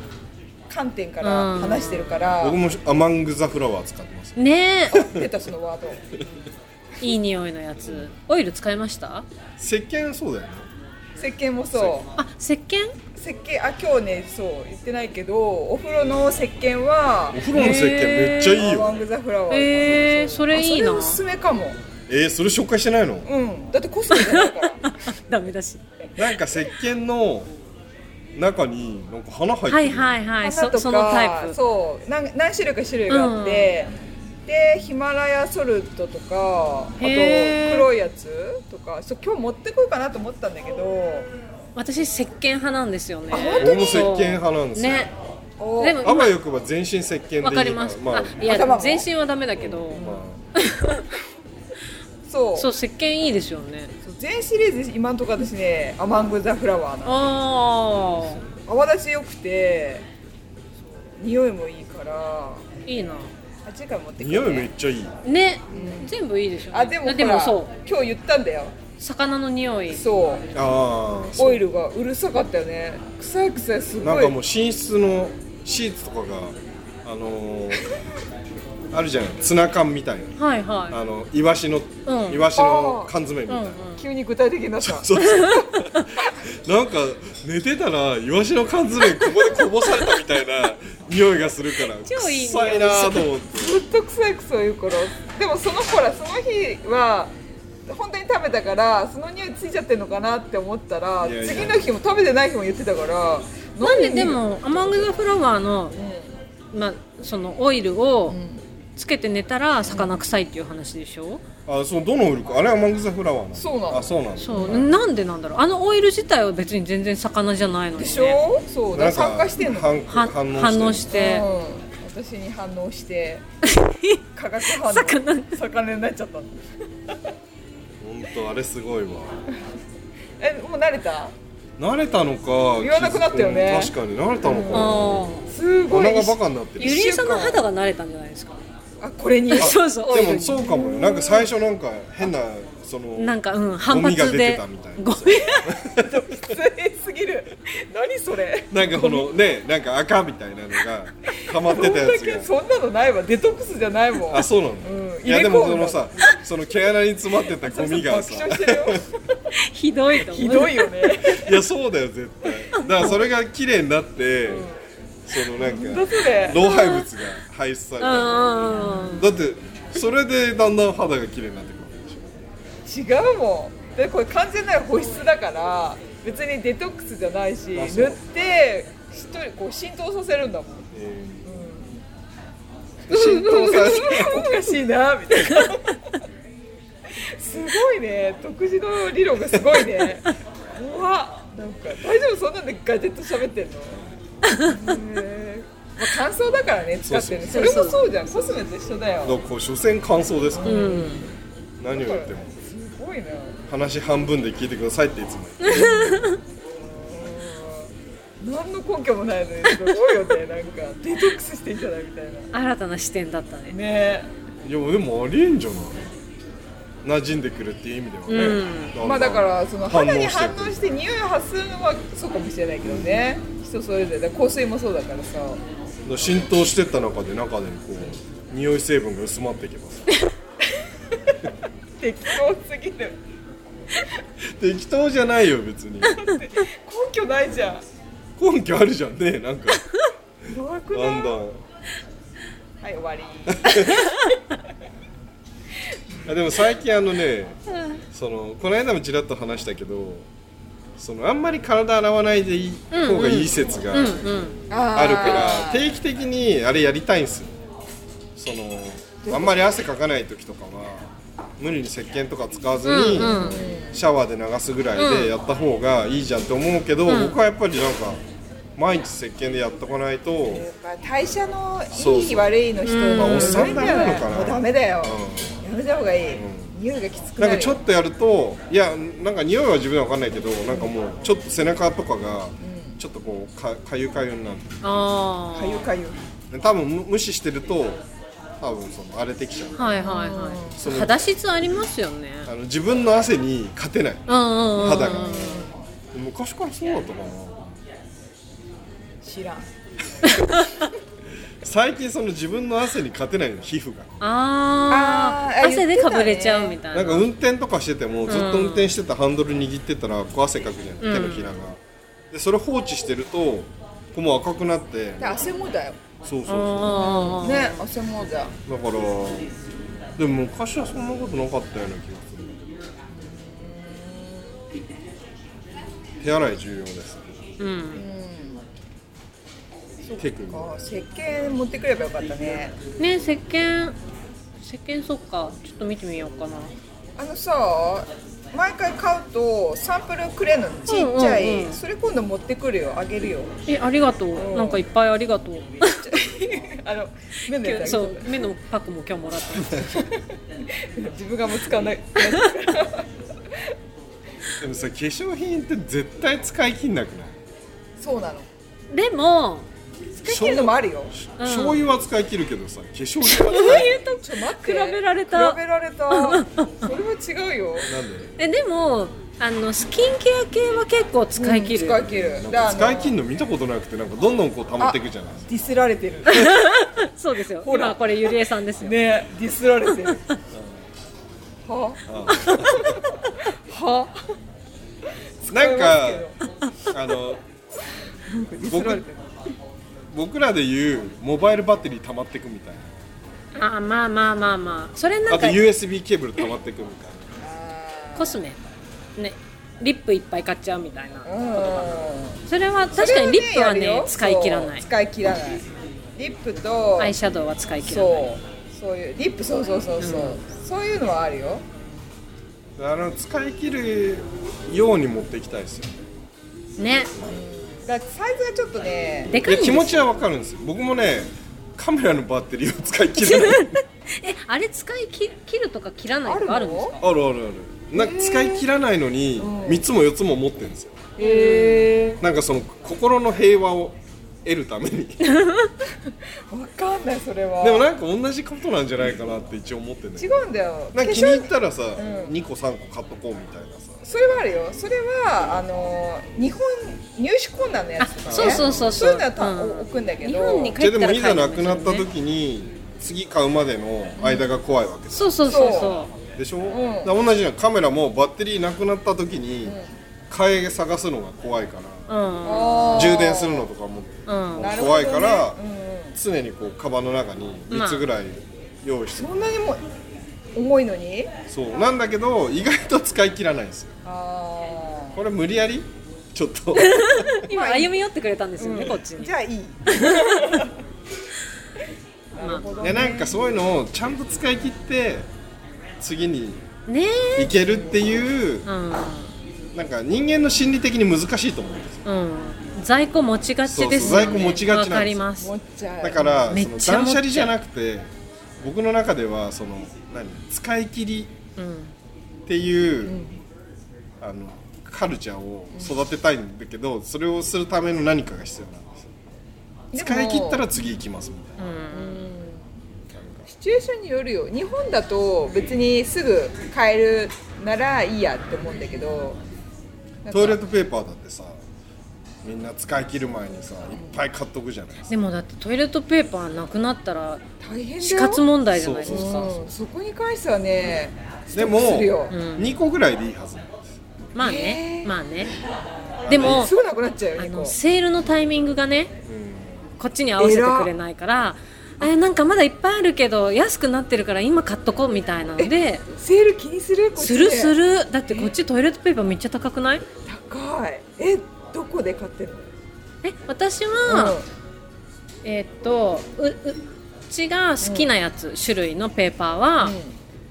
Speaker 1: 観点から話してるから、
Speaker 3: 僕もアマング・ザ・フラワー使ってます
Speaker 2: ね
Speaker 1: 出たそのワード
Speaker 2: えいい匂いのやつオイル使いました
Speaker 3: 石鹸そうだよね
Speaker 1: 石鹸もそう
Speaker 2: あ石鹸
Speaker 1: 石鹸あ今日ねそう言ってないけどお風呂の石鹸は
Speaker 3: お風呂の石鹸めっちゃいい
Speaker 1: ワ
Speaker 3: よ
Speaker 1: ングザフラワー
Speaker 2: えー、それいい
Speaker 1: あ
Speaker 2: な
Speaker 1: それおすすめかも
Speaker 3: えー、それ紹介してないの
Speaker 1: うんだってコスメじゃないから
Speaker 2: ダメだし
Speaker 3: なんか石鹸の中になんか花入ってる、
Speaker 2: はいはいはい
Speaker 1: 花
Speaker 2: そ
Speaker 1: とか
Speaker 2: そのタイプ
Speaker 1: そうなん何種類か種類があって、でヒマラヤソルトとかあと
Speaker 2: へー
Speaker 1: 黒いやつとかそう今日持ってこようかなと思ったんだけど
Speaker 2: 私石鹸派なんですよね
Speaker 1: あ本
Speaker 3: 俺も石鹸派なんですよ、
Speaker 2: ね
Speaker 1: お
Speaker 2: でも
Speaker 3: あわよくば全身石鹸でいい
Speaker 2: わかります
Speaker 3: まあ、ま
Speaker 2: あいや
Speaker 1: 頭も
Speaker 2: 全身はダメだけど
Speaker 3: あ、
Speaker 1: そう
Speaker 2: そう石鹸いいですよね
Speaker 1: 全シリーズ今のところ私ねアマングザフラワーなの
Speaker 2: あ
Speaker 1: 泡立ち良くて匂いもいいから
Speaker 2: あいいな
Speaker 1: あっちから持ってく
Speaker 3: 匂いめ
Speaker 1: ね
Speaker 3: っちゃいい
Speaker 2: ね、全部いいでしょ、ね、
Speaker 1: あでもほ
Speaker 2: だ
Speaker 1: ら
Speaker 2: ってもうそう
Speaker 1: 今日言ったんだよ
Speaker 2: 魚の匂い
Speaker 1: そう
Speaker 3: ああ
Speaker 1: オイルがうるさかったよね臭い臭いすごい
Speaker 3: なんかもう寝室のシーツとかがあのー、あるじゃないツナ缶みたいな
Speaker 2: はいはい
Speaker 3: あのイワシの、
Speaker 2: うん
Speaker 3: イワシの缶詰み
Speaker 2: う
Speaker 3: たい
Speaker 2: ん
Speaker 3: な、
Speaker 1: 急に具体的になった
Speaker 3: そうそう *laughs* なんか寝てたらイワシの缶詰ここでこぼされたみたいな匂いがするから
Speaker 2: 超いい匂い
Speaker 3: 臭いなと思って
Speaker 1: ずっと臭い臭い言うからでもそのほらその日は本当に食べたからその匂いついちゃってるのかなって思ったら
Speaker 3: いやいや
Speaker 1: 次の日も食べてない日も言ってたから
Speaker 2: うん、なんででもアマング・ザ・フラワーの
Speaker 1: う、ん
Speaker 2: まあ、そのオイルを
Speaker 1: ん
Speaker 2: つけて寝たら魚臭いっていう話でしょ
Speaker 3: あそうどのウルクあれはマングザフラワーなの
Speaker 1: そうなの
Speaker 3: あそうなの
Speaker 2: そう、なんでなんだろうあのオイル自体は別に全然魚じゃないのに、ね、
Speaker 1: でしょそうだ
Speaker 3: な
Speaker 1: から
Speaker 3: ん
Speaker 1: 酸
Speaker 3: か
Speaker 1: 化してんの
Speaker 3: 反
Speaker 2: は
Speaker 3: 反応
Speaker 2: 反応
Speaker 3: し
Speaker 2: してて、
Speaker 1: うん、私に反応して
Speaker 2: *laughs*
Speaker 1: 化学反応
Speaker 2: 魚
Speaker 1: 魚になっちゃった
Speaker 3: 本当あれすごいわ
Speaker 1: えもう慣れた
Speaker 3: 慣れたのか
Speaker 1: 言わなくなったよね
Speaker 3: 気づうん確かに慣れたのか
Speaker 2: あ
Speaker 1: す
Speaker 3: な
Speaker 1: ごい
Speaker 3: 鼻がバカになって
Speaker 2: あ
Speaker 3: る
Speaker 2: ゆりえさんの肌が慣れたんじゃないですか
Speaker 1: あこれに
Speaker 2: そうそうオイ
Speaker 3: で
Speaker 2: ル
Speaker 3: も
Speaker 2: に
Speaker 3: そうかもよなんか最初なんか変なその
Speaker 2: なんかうん
Speaker 3: ゴ
Speaker 2: 反
Speaker 3: ミが
Speaker 2: 発
Speaker 3: 出て
Speaker 2: で
Speaker 3: たみたいな
Speaker 2: ゴミ
Speaker 1: 失礼すぎる何それ
Speaker 3: なんかこのねなんか赤みたいなのが溜まってたやつ
Speaker 1: そんだけ
Speaker 3: が
Speaker 1: そんなのないわデトックスじゃないもん
Speaker 3: あそうな
Speaker 1: う
Speaker 3: の、
Speaker 1: ん
Speaker 3: い
Speaker 1: 入
Speaker 3: やで
Speaker 1: れ
Speaker 3: も
Speaker 1: 込
Speaker 3: そ
Speaker 1: む
Speaker 3: の
Speaker 1: の
Speaker 3: さその毛穴に詰まってたゴミが
Speaker 1: *laughs* 爆
Speaker 3: さ
Speaker 1: 笑してるよ
Speaker 2: ひどいと思う
Speaker 1: ひどいよね
Speaker 3: いやそうだよ絶対だからそれが綺麗になって、そのなん
Speaker 1: どう
Speaker 3: か
Speaker 1: それ
Speaker 3: 老廃物が排出され
Speaker 2: うんうん
Speaker 3: た
Speaker 2: うんうん
Speaker 3: だってそれでだんだん肌が綺麗になってくるわけでし
Speaker 1: 違うもんでこれ完全なる保湿だから別にデトックスじゃないし
Speaker 3: あそう
Speaker 1: 塗ってしっとりこう浸透させるんだもん
Speaker 3: ょ、えー浸透されて
Speaker 1: おかしいなみたいなすごいね独自の理論がすごいね怖っなんか大丈夫そんなんでガジェット喋ってんの、へーまあ、乾燥だからね使ってるそ
Speaker 2: そうそう
Speaker 1: れもそうじゃんコスメと一緒だよ
Speaker 3: *laughs* だからこう所詮感想ですから、
Speaker 2: うん
Speaker 3: 何を言っても
Speaker 1: すごいな
Speaker 3: 話半分で聞いてくださいっていつも言って
Speaker 1: 何の根拠もないのにすごいよねなんかデトックスしてんじゃないみたいな
Speaker 2: 新たな視点だったね
Speaker 1: ね
Speaker 3: いやでもありえんじゃない馴染んでくるっていう意味ではね、
Speaker 1: えまあだからその肌に反
Speaker 3: く
Speaker 1: 応して匂いを発するのはそうかもしれないけどね人それぞれだから香水もそうだからさ
Speaker 3: 浸透してった中で中でこう匂い成分が薄まってきます
Speaker 1: 適当すぎる
Speaker 3: 適当じゃないよ別に
Speaker 1: 根拠ないじゃん
Speaker 3: 根拠あるじゃんねなんか
Speaker 1: 弱くない
Speaker 3: だんだん
Speaker 1: はい終わり
Speaker 3: あでも最近あのねそのこの間もちらっと話したけどそのあんまり体洗わないでいい方がいい説が
Speaker 2: うんうん
Speaker 3: あるから、
Speaker 1: あー
Speaker 3: 定期的にあれやりたいんですよそのあんまり汗かかない時とかは無理に石鹸とか使わずに、
Speaker 2: うんうん
Speaker 3: シャワーで流すぐらいでやった方がいいじゃんって思うけど、
Speaker 2: ん
Speaker 3: 僕はやっぱりなんか毎日石鹸でやっとかないと、
Speaker 1: やっぱ代謝の
Speaker 3: そう
Speaker 1: い
Speaker 3: そ
Speaker 1: いう悪いの人
Speaker 2: うんまあ
Speaker 3: おっさんだよなのかな
Speaker 1: もうダメだよ
Speaker 3: う
Speaker 1: やめた方がいい
Speaker 3: ん
Speaker 1: 匂いがきつく
Speaker 3: な
Speaker 1: なんる
Speaker 3: か
Speaker 1: よ
Speaker 3: ちょっとやるといやなんか匂いは自分は分かんないけどなんかもうちょっと背中とかがちょっとこうかかゆかゆになる
Speaker 2: あ
Speaker 1: かゆかゆ
Speaker 3: で多分む無視してると多分その荒れてきちゃう
Speaker 2: あはいはいはい
Speaker 3: その
Speaker 2: 肌質ありますよね
Speaker 3: あの自分の汗に勝てない
Speaker 2: うんうんうんうん
Speaker 3: 肌が昔からそうだったかな
Speaker 1: 知らん
Speaker 3: 最近その自分の汗に勝てないの皮膚が
Speaker 2: あ
Speaker 1: あー
Speaker 2: ー汗
Speaker 1: 言っ
Speaker 2: で
Speaker 1: てた
Speaker 2: か
Speaker 1: ね
Speaker 2: ぶれちゃうみたいな
Speaker 3: な
Speaker 2: ん
Speaker 3: か運転とかしててもずっと運転してたハンドル握ってたらこう汗かくじゃん手のひらが、でそれ放置してるとこうもう赤くなって
Speaker 1: で汗もだよ
Speaker 3: そうそう
Speaker 2: うんうん
Speaker 3: そ
Speaker 2: う
Speaker 3: う
Speaker 2: んうん
Speaker 1: ね汗もだ
Speaker 3: だからでも昔はそんなことなかったような気がする手洗い重要です
Speaker 2: うん
Speaker 3: テクニッ
Speaker 1: あ石鹸持ってくればよかったね
Speaker 2: ね石鹸石鹸そっかちょっと見てみようかな
Speaker 1: あのさ毎回買うとサンプルくれるのちっちゃい、
Speaker 2: うんうんうん
Speaker 1: それ今度持ってくるよあげるよ *laughs*
Speaker 2: えありがと
Speaker 1: う
Speaker 2: うんなんかいっぱいありが
Speaker 1: *laughs*
Speaker 2: とう
Speaker 1: あの目のやつあげ
Speaker 2: そう目のパックも今日もらった
Speaker 1: 自分がもう使わ
Speaker 2: *laughs*
Speaker 1: ない
Speaker 3: クでもさ化粧品って絶対使い切んなくない
Speaker 1: そうなの
Speaker 2: でも
Speaker 1: 使い切るのもあるよ
Speaker 2: うん
Speaker 3: 醤油は使い切るけどさ化粧品は
Speaker 2: そういうと
Speaker 1: ちょ待って
Speaker 2: 比べられた
Speaker 1: 比べら
Speaker 2: *laughs*
Speaker 1: れたそれは違うよ
Speaker 3: なんで
Speaker 2: えでもあのスキンケア系は結構使い切る、
Speaker 1: 使い切る
Speaker 3: な
Speaker 1: だ
Speaker 3: んか
Speaker 1: から
Speaker 3: 使
Speaker 1: あ
Speaker 3: い
Speaker 1: の
Speaker 3: 切るの見たことなくてなんかどんどんこう溜まっていくじゃない
Speaker 1: ディスられて
Speaker 2: *laughs*
Speaker 1: る
Speaker 2: *laughs* そうですよ
Speaker 1: ほら
Speaker 2: 今これゆりえさんですよ、
Speaker 1: ねディスられてるはは
Speaker 3: な
Speaker 1: 使い
Speaker 3: んか
Speaker 1: ます
Speaker 3: あの
Speaker 1: けどディスられてる
Speaker 3: 僕らで言うモバイルバッテリー溜まってくみたい
Speaker 2: あまあまあまあまあそれ
Speaker 3: な
Speaker 2: な
Speaker 3: あ
Speaker 2: ん
Speaker 3: と
Speaker 2: か
Speaker 3: USB ケーブル溜まってくみたいな
Speaker 2: コスメねリップいっぱい買っちゃうみたいな
Speaker 1: うん
Speaker 2: それは確かにリップは
Speaker 1: それやる
Speaker 2: ね
Speaker 1: よ
Speaker 2: 使い切らな
Speaker 1: そう
Speaker 2: い
Speaker 1: 使い切らないリップと
Speaker 2: アイシャドウは使い切らない
Speaker 1: そうそういうリップそうそうそうそう、そういうのはあるよ
Speaker 3: あの使い切るように持っていきたいですよ
Speaker 2: ね
Speaker 1: だってサイズがちょっとね
Speaker 2: でかいんで
Speaker 3: で
Speaker 2: す
Speaker 3: 気
Speaker 2: よ
Speaker 3: 持ちはわかるんですよ僕もねカメラのバッテリーを使い切る
Speaker 2: *laughs* えあれ使い切切るとか切らないとかあ
Speaker 1: あ
Speaker 2: る
Speaker 1: る
Speaker 2: んですか
Speaker 1: の
Speaker 3: あるあるあるなんか使い切らないのに3つも4つも持ってるんですよ
Speaker 1: へえ
Speaker 3: なんかその心の平和を得るためにで
Speaker 1: わかんないそれは
Speaker 3: もなんか同じことなんじゃないかなって一応思ってんだ
Speaker 1: 違
Speaker 3: けど
Speaker 1: うんだよ
Speaker 3: なんか気に入ったらさ、
Speaker 1: ん
Speaker 3: 2個3個買っとこうみたいなさ
Speaker 1: それはあるよそれはあの日本入手困難のやつとか、ね、
Speaker 2: あそうそうそうそ
Speaker 1: そう
Speaker 2: う
Speaker 1: いうのはた、
Speaker 2: うん
Speaker 1: 置くんだけど
Speaker 2: 日本に帰
Speaker 3: で
Speaker 2: った
Speaker 3: でも
Speaker 2: ら
Speaker 3: いざな
Speaker 2: 買
Speaker 3: く
Speaker 2: えな
Speaker 3: ない
Speaker 2: で
Speaker 3: った
Speaker 2: すよね
Speaker 3: 時に次買うまでの間が怖いわけです
Speaker 2: そうそうそうそ
Speaker 1: そう
Speaker 3: でしょ、
Speaker 1: ん
Speaker 3: だから同じなカメラもバッテリーなくなった時に買い探すのが怖いから
Speaker 2: うん
Speaker 1: あー
Speaker 3: 充電するのとかも
Speaker 2: うん
Speaker 1: なるほど
Speaker 3: 怖
Speaker 1: ね
Speaker 3: いから
Speaker 1: うんうん
Speaker 3: 常にこうカバンの中に3つぐらい用意してる、
Speaker 1: そんなにも重いのに
Speaker 3: そうなんだけど意外と使い切らないんですよ
Speaker 1: あ
Speaker 3: これ無理やりちょっ
Speaker 1: *laughs*
Speaker 3: と
Speaker 2: 今歩み寄ってくれたんですよね、こっち
Speaker 1: あ
Speaker 2: に
Speaker 1: じゃあ
Speaker 2: *laughs*
Speaker 1: いいなるほど
Speaker 3: いやなんかそういうのをちゃんと使い切って次に
Speaker 2: ねえ
Speaker 3: いけるっていう
Speaker 2: うん
Speaker 3: なんか人間の心理的に難しいと思うんですよ
Speaker 2: うん在庫持ちがちですよね
Speaker 3: そうそう在庫持ちがちなんです
Speaker 2: わかります
Speaker 1: 持っちゃう
Speaker 3: だから
Speaker 2: うん
Speaker 3: そ
Speaker 2: め
Speaker 3: の
Speaker 2: っちゃ
Speaker 3: 断
Speaker 2: 持っ
Speaker 3: 捨
Speaker 2: て
Speaker 3: 離じゃなくて僕の中ではその何使い切り
Speaker 2: うん
Speaker 3: っていう、あの考カルチャーを育てたいんだけど、それをするための何かが必要なんですよ
Speaker 1: でも
Speaker 3: 使い切ったら次行きますみたいな
Speaker 1: シチュエーションによるよ日本だと別にすぐ買えるならいいやって思うんだけどなんか
Speaker 3: トイレットペーパーだってさみんな使い切る前にさいっぱい買っとくじゃないですか
Speaker 2: でもだってトイレットペーパーなくなったら
Speaker 1: 大変だよ
Speaker 2: 死活問題じゃないです
Speaker 3: そう
Speaker 2: か
Speaker 1: うんそこに関してはね
Speaker 3: でも
Speaker 1: ストップするよ
Speaker 3: 2個ぐらいでいいはずなんですよ
Speaker 2: まあ
Speaker 1: え
Speaker 2: ね
Speaker 1: ー
Speaker 2: まあねでも
Speaker 1: すぐなくなっちゃうよ
Speaker 2: あ
Speaker 1: 2個
Speaker 2: のセールのタイミングがねこっちに合わせてくれないからえなんかまだいっぱいあるけど安くなってるから今買っとこうみたいなので
Speaker 1: セール気にするこっち
Speaker 2: す
Speaker 1: で
Speaker 2: るするだってこっちトイレットペーパーめっちゃ高くない
Speaker 1: 高いえどこで買ってるの
Speaker 2: え私
Speaker 1: う
Speaker 2: は
Speaker 1: ん、
Speaker 2: えーっとううちが好きなやつ、種類のペーパーは、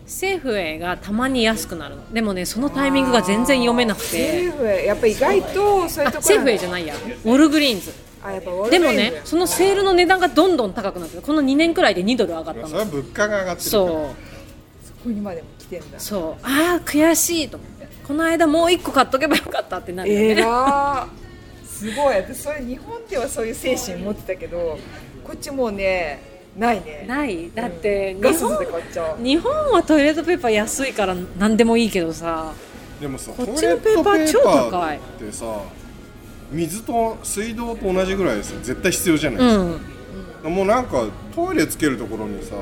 Speaker 2: セーフウェイがたまに安くなるのでもねそのタイミングが全然読めなく
Speaker 1: セー
Speaker 2: て
Speaker 1: フウェイやっぱ意外とそういうところ
Speaker 2: あセーフウェイじゃないやウォルグリーンズ
Speaker 1: あやっぱ悪い
Speaker 2: でもねそのセールの値段がどんどん高くなってるこの2年くらいで2ドル上がっ
Speaker 3: まあ
Speaker 2: た
Speaker 3: それは
Speaker 2: の
Speaker 3: 物価が上がってるから
Speaker 2: そう
Speaker 1: そこにまでも来てんだ
Speaker 2: そうああ悔しいと思ってこの間もう1個買っとけばよかったってなるよ
Speaker 1: え
Speaker 2: ね、
Speaker 1: らーすごい私それ日本ではそういう精神持ってたけどこっちもうねないね
Speaker 2: ないだっ
Speaker 1: う
Speaker 2: て
Speaker 1: ん
Speaker 2: 日
Speaker 1: ガス
Speaker 2: 本
Speaker 1: で買っちゃう
Speaker 2: 日本はトイレットペーパー安いから何でもいいけどさ
Speaker 3: でもさ
Speaker 2: こっちのペーパー超高い
Speaker 3: トイレットペーパーってさ水と水道と同じぐらいですよ絶対必要じゃないうですか、
Speaker 2: ん
Speaker 3: もうなんかトイレつけるところにさ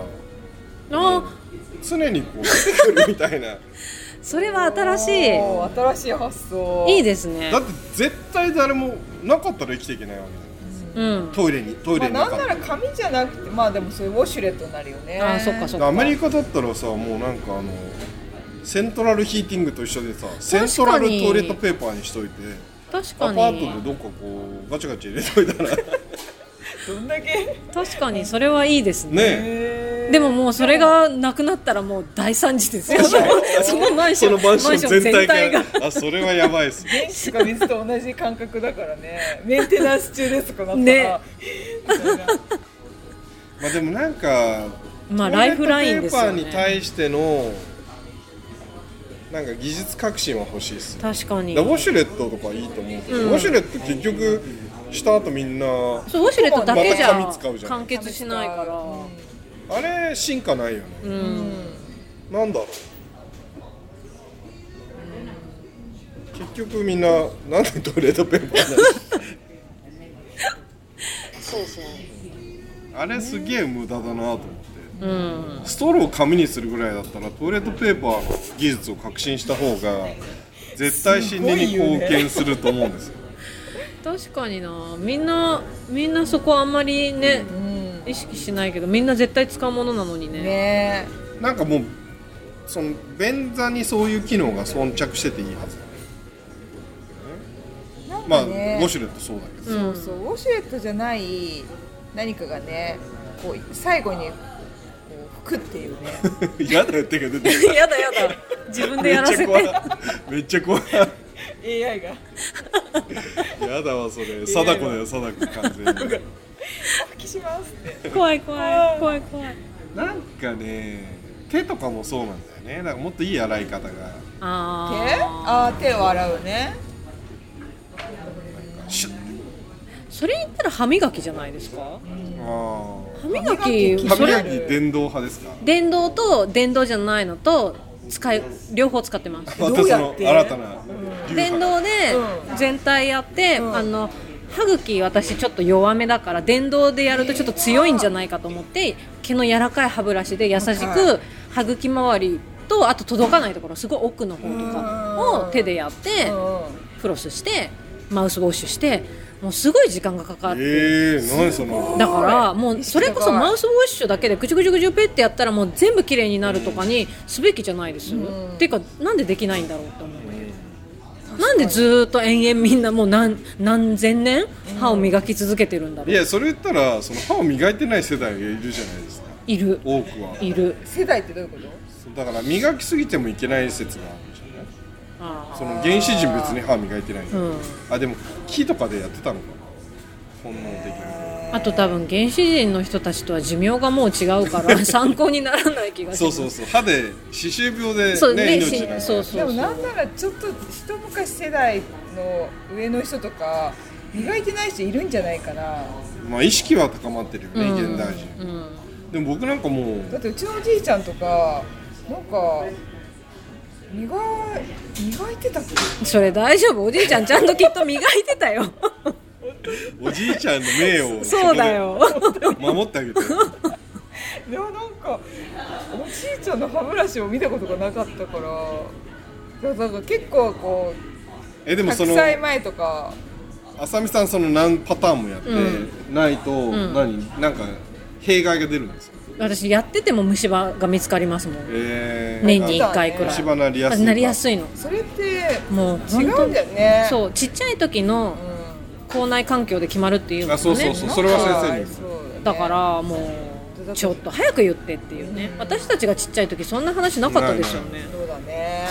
Speaker 2: あ
Speaker 3: 常にこう出てくるみ
Speaker 2: *laughs*
Speaker 3: たいな
Speaker 2: それは新し
Speaker 1: おー新しい発想
Speaker 2: いいいですね
Speaker 3: だって絶対誰もなかったら生きていけないわけじゃないですか
Speaker 2: うん
Speaker 3: トイレにトイレに
Speaker 1: ま
Speaker 3: な
Speaker 1: あ、
Speaker 3: か
Speaker 1: な
Speaker 3: っ
Speaker 1: ん
Speaker 3: た
Speaker 1: な
Speaker 3: ら
Speaker 1: ら紙じゃなくてまあでもそういうウォシュレットになるよね
Speaker 2: あーそっかそっか
Speaker 3: アメリカだったらさもうなんかあのセントラルヒーティングと一緒でさセントラルトイレットペーパーにしといて
Speaker 2: 確
Speaker 3: アパ
Speaker 2: か
Speaker 3: ート
Speaker 2: に
Speaker 3: でどっかこうガチャガチャ入れと
Speaker 2: *laughs*
Speaker 3: いたら
Speaker 1: どんだけ
Speaker 2: 確かにそれはいいですね
Speaker 3: ねえ
Speaker 1: で
Speaker 2: でももうそれがなくなったらもう大惨事ですよ *laughs* そのマンシ
Speaker 3: そ
Speaker 2: ョ
Speaker 3: の
Speaker 2: ン
Speaker 3: マンション全体が
Speaker 2: が
Speaker 3: あそれはやばいです
Speaker 1: 電子が水と同じ感覚だからねメンテナンス中ですとかなったら、
Speaker 2: ね
Speaker 1: みたいな
Speaker 3: まあでもなんか
Speaker 2: まあライフラインですよ
Speaker 3: トイレットペーパーに
Speaker 2: ね
Speaker 3: 対してのなんか技術革新は欲しいですよ
Speaker 2: 確かに
Speaker 3: だからウォシュレットとかいいと思うけど、ウォシュレット結局した後みんな
Speaker 2: そうウォシュレットだけじ
Speaker 3: また
Speaker 2: ゃ
Speaker 3: 紙使うじゃん
Speaker 2: 完結しないから
Speaker 3: あれ進化ないよね、
Speaker 2: うん
Speaker 3: なんだろう結局みんななんでトイレットペーパー
Speaker 2: そうそう
Speaker 3: なのあれすげえ無駄だなと思って
Speaker 2: うん
Speaker 3: ストローを紙にするぐらいだったらトイレットペーパーの技術を革新した方が絶対心理に貢献すると思うんですよ
Speaker 2: 確かになみんなみんなそこあんまりね
Speaker 1: うん
Speaker 2: 意識しないけどみんな絶対使うものなのにね
Speaker 1: ね
Speaker 3: なんかもうその便座にそういう機能が装着してていいはず
Speaker 1: えなん
Speaker 3: まあ
Speaker 1: か
Speaker 3: ウ
Speaker 1: ね、
Speaker 3: ォシュレットそうだけど、
Speaker 2: うん
Speaker 1: そうそうウォシュレットじゃない何かがねこう最後にこう服っていう *laughs* ね
Speaker 3: *laughs* 嫌だよ手が出て
Speaker 2: *laughs* やだやだ自分でやらせて
Speaker 3: めっちゃ怖いめっちゃ怖い
Speaker 1: AI が
Speaker 3: やだわそれ貞子だよ貞子完全に
Speaker 1: 「きします」って
Speaker 2: 怖い怖い怖い怖い
Speaker 3: なんかね手とかもそうなんだよねなんかもっといい洗い方がなんか
Speaker 1: 手
Speaker 2: あ
Speaker 1: あ
Speaker 2: あ
Speaker 1: ー手を洗うね
Speaker 3: シュッて
Speaker 2: それ言ったら歯磨きじゃないですか
Speaker 3: あ
Speaker 2: 歯磨
Speaker 1: 歯磨
Speaker 2: き
Speaker 1: き
Speaker 3: あ
Speaker 2: そ
Speaker 3: 歯
Speaker 2: れ
Speaker 3: 磨き電動派ですか
Speaker 2: 電動と電動じゃないのと使い両方使ってます
Speaker 1: どう
Speaker 3: ま
Speaker 1: やったて
Speaker 3: その新たな流派
Speaker 2: 電動で
Speaker 1: う
Speaker 2: 全体やって、
Speaker 1: ん
Speaker 2: あの歯茎私ちょっと弱めだから電動でやるとちょっと強いんじゃないかと思って毛の柔らかい歯ブラシで優しく歯茎周りとあと届かないところすごい奥の方とかを手でやって
Speaker 1: うん
Speaker 2: フロスしてマウスウォッシュしてもうすごい時間がかかって
Speaker 3: ええー、何その
Speaker 2: だからもうそれこ
Speaker 1: 意識
Speaker 2: そ
Speaker 1: 高い
Speaker 2: マウスウォッシュだけでぐちゅぐちゅぐちゅペってやったらもう全部きれいになるとかにすべきじゃないです、っていうかなんでできないんだろうと思うんだけどなんでずーっと延々みんなもう何何千年歯を磨き続けてるんだろ
Speaker 3: いうやそれ言ったらその歯を磨いてない世代がいるじゃないですか
Speaker 2: いる
Speaker 3: 多くはい
Speaker 2: る
Speaker 1: 世代ってどういうこと
Speaker 3: だから磨きすぎてもいけない説があるじゃない
Speaker 2: あ
Speaker 3: その原始人別に歯磨いてない、
Speaker 2: ーうん
Speaker 3: あでも木とかでやってたのかな本能的に
Speaker 2: あと多分原始人の人たちとは寿命がもう違うから *laughs* 参考にならない気がし
Speaker 3: そ
Speaker 2: ま
Speaker 3: う
Speaker 2: す
Speaker 3: そうそう歯で歯周病で、ね
Speaker 2: そうね
Speaker 3: 命
Speaker 2: し
Speaker 3: がね
Speaker 2: そうそう
Speaker 1: でも
Speaker 2: そう
Speaker 1: なんならちょっと一昔世代の上の人とか磨いてない人いるんじゃないかな
Speaker 3: まあ意識は高まってるよね、
Speaker 2: うん
Speaker 3: 現代人
Speaker 2: うん
Speaker 3: でも僕なんかもう
Speaker 1: だってうちのおじいちゃんとかなんか磨い磨いてたっけ
Speaker 2: それ大丈夫おじいちゃんちゃんときっと磨いてたよ
Speaker 3: おじいちゃんの名誉
Speaker 2: *laughs*
Speaker 3: を
Speaker 2: そうだよ
Speaker 3: そこで守ってあ
Speaker 2: *laughs*
Speaker 3: げてる
Speaker 1: でもなんかおじいちゃんの歯ブラシを見たことがなかったからいやなんか結構こ
Speaker 3: えで
Speaker 1: う
Speaker 3: もその
Speaker 1: 100歳前とか
Speaker 3: 浅見さんその何パターンもやってないと、
Speaker 2: ん
Speaker 3: 何なんか弊害が出るんですよ、
Speaker 2: *laughs* 私やってても虫歯が見つかりますもん
Speaker 3: えー
Speaker 2: 年に1回くら
Speaker 3: 虫
Speaker 2: い
Speaker 3: 歯なりやすい
Speaker 2: なりやすいの
Speaker 1: それって
Speaker 2: もう
Speaker 1: 違
Speaker 2: 本
Speaker 1: う
Speaker 2: 当
Speaker 1: ん
Speaker 2: に
Speaker 1: だよねう、
Speaker 2: そうちっちゃい時の校内環境で決まるっていうの
Speaker 3: あそうそう
Speaker 2: ね
Speaker 3: そう、
Speaker 1: ん、
Speaker 3: それは先生に
Speaker 1: そうよね
Speaker 2: だからもうちょっと早く言ってっていうね
Speaker 1: うん
Speaker 2: 私たちがちっちゃい時そんな話なかったですよね
Speaker 1: そうだね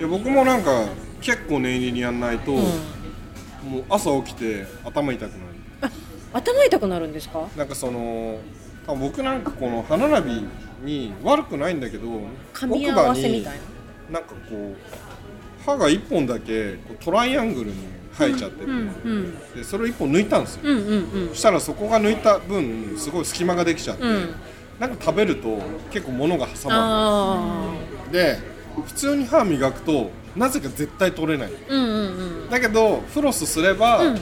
Speaker 3: いや僕もなんか結構念入りにやんないと、もう朝起きて頭痛くなる
Speaker 2: 頭痛くなるんですか
Speaker 3: なんかその多分僕なんかこの歯並びに悪くないんだけど
Speaker 2: 噛み合わせみ
Speaker 3: 奥
Speaker 2: た
Speaker 3: 歯
Speaker 2: い
Speaker 3: になんかこう歯が1本だけこうトライアングルに生えちゃってて、
Speaker 2: なうんうん
Speaker 3: でそれを1本抜いたんですよ、
Speaker 2: うんうん
Speaker 3: そしたらそこが抜いた分すごい隙間ができちゃって、
Speaker 2: うんうん
Speaker 3: なんか食べると結構物が挟ま
Speaker 2: あ
Speaker 3: るで普通に歯磨くとなぜか絶対取れない
Speaker 2: あうんうんうん
Speaker 3: だけどフロスすれば、
Speaker 2: うん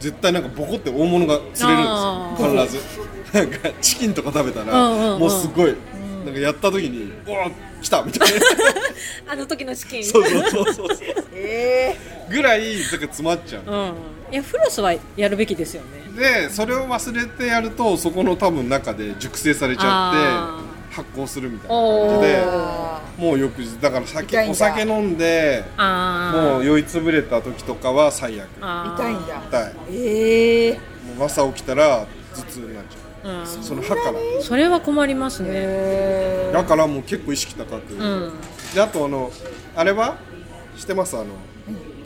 Speaker 3: 絶対なんかボコって大物が釣れるんですよ必ず *laughs* なんかチキンとか食べたら、
Speaker 2: うんうんうん
Speaker 3: もうすごい、なんかやった時に「うわ来た!」みたいな
Speaker 2: あの時の資金
Speaker 3: そうそうそうそうそう
Speaker 1: え
Speaker 3: ぐらいなんか詰まっちゃう
Speaker 2: うんいやフロスはやるべきですよね
Speaker 3: でそれを忘れてやるとそこの多分中で熟成されちゃ
Speaker 2: あ
Speaker 3: って発酵するみたいな
Speaker 2: おー
Speaker 3: 感じ
Speaker 1: え
Speaker 3: で
Speaker 1: ー、
Speaker 3: もう翌日だから
Speaker 1: 痛いん
Speaker 3: 酒
Speaker 1: だ
Speaker 3: お酒飲んで
Speaker 2: ああ
Speaker 3: もう酔いつぶれた時とかは最悪
Speaker 2: あー
Speaker 1: 痛いんだ
Speaker 3: 痛い
Speaker 1: ええ
Speaker 3: もう朝起きたら頭痛になっちゃ
Speaker 2: うん
Speaker 3: うその歯から
Speaker 2: それは困りますね
Speaker 1: え
Speaker 3: だからもう結構意識高く、
Speaker 2: うん
Speaker 3: であとあのあれはしてますあの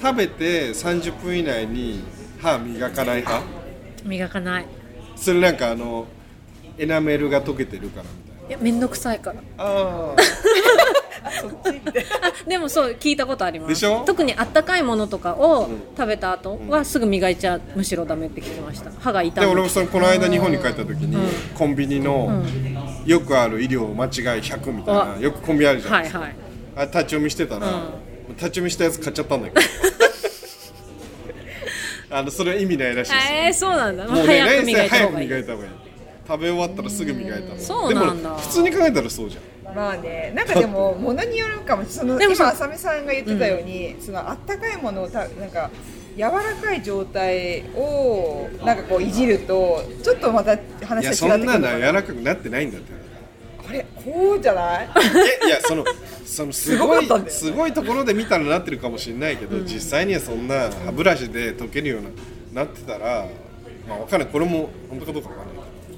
Speaker 3: 食べて30分以内に歯磨かない歯
Speaker 2: 磨かない
Speaker 3: それなんかあのエナメルが溶けてるからみたいない
Speaker 2: やめんどくさいから
Speaker 3: ああ
Speaker 2: あでもそう聞いたことあります
Speaker 3: でしょ
Speaker 2: 特にあったかいものとかを
Speaker 3: ん
Speaker 2: 食べた後はすぐ磨いちゃむしろダメって聞きました歯が痛
Speaker 3: で
Speaker 2: む
Speaker 3: 俺もそのこの間日本に帰った時に、コンビニのよくある医療間違い100みたいな
Speaker 2: あ
Speaker 3: よくコンビニあるじゃない
Speaker 2: はい
Speaker 3: ですか、
Speaker 2: はい
Speaker 3: あれ立ち読みしてたら、立ち読みしたやつ買っちゃったんだ
Speaker 2: *laughs*
Speaker 3: けどあのそれは意味ないらしいですよ
Speaker 2: えー、そうなんだ、
Speaker 3: もうね
Speaker 2: 早く
Speaker 3: 冷静
Speaker 2: 磨いた
Speaker 3: 早
Speaker 2: 方
Speaker 3: く
Speaker 2: がいい
Speaker 3: 磨いた方がいい食べ終わったらすぐ磨いた方がいい
Speaker 2: そうなんだ
Speaker 3: でも普通に考えたらそうじゃん
Speaker 1: まあね、なんかでも物によるかもその
Speaker 2: でもそ
Speaker 1: 今浅見さんが言ってたように、そのあったかいものをたなんか柔らかい状態をなんかこういじるとちょっとまた
Speaker 3: い
Speaker 1: 話
Speaker 3: や
Speaker 1: が
Speaker 3: そ
Speaker 1: 違って
Speaker 3: ん
Speaker 1: く
Speaker 3: な
Speaker 1: る
Speaker 3: のは柔らかくなってないんだって
Speaker 1: これこうじゃない
Speaker 3: えいや
Speaker 1: *laughs*
Speaker 3: そのそのす
Speaker 1: すごかっ
Speaker 3: ごい
Speaker 1: たんだよね
Speaker 3: すごいところで見たらなってるかもしれないけど、実際にはそんな歯ブラシで溶けるようななってたらまあわかんないこれも本当かどうかわかんない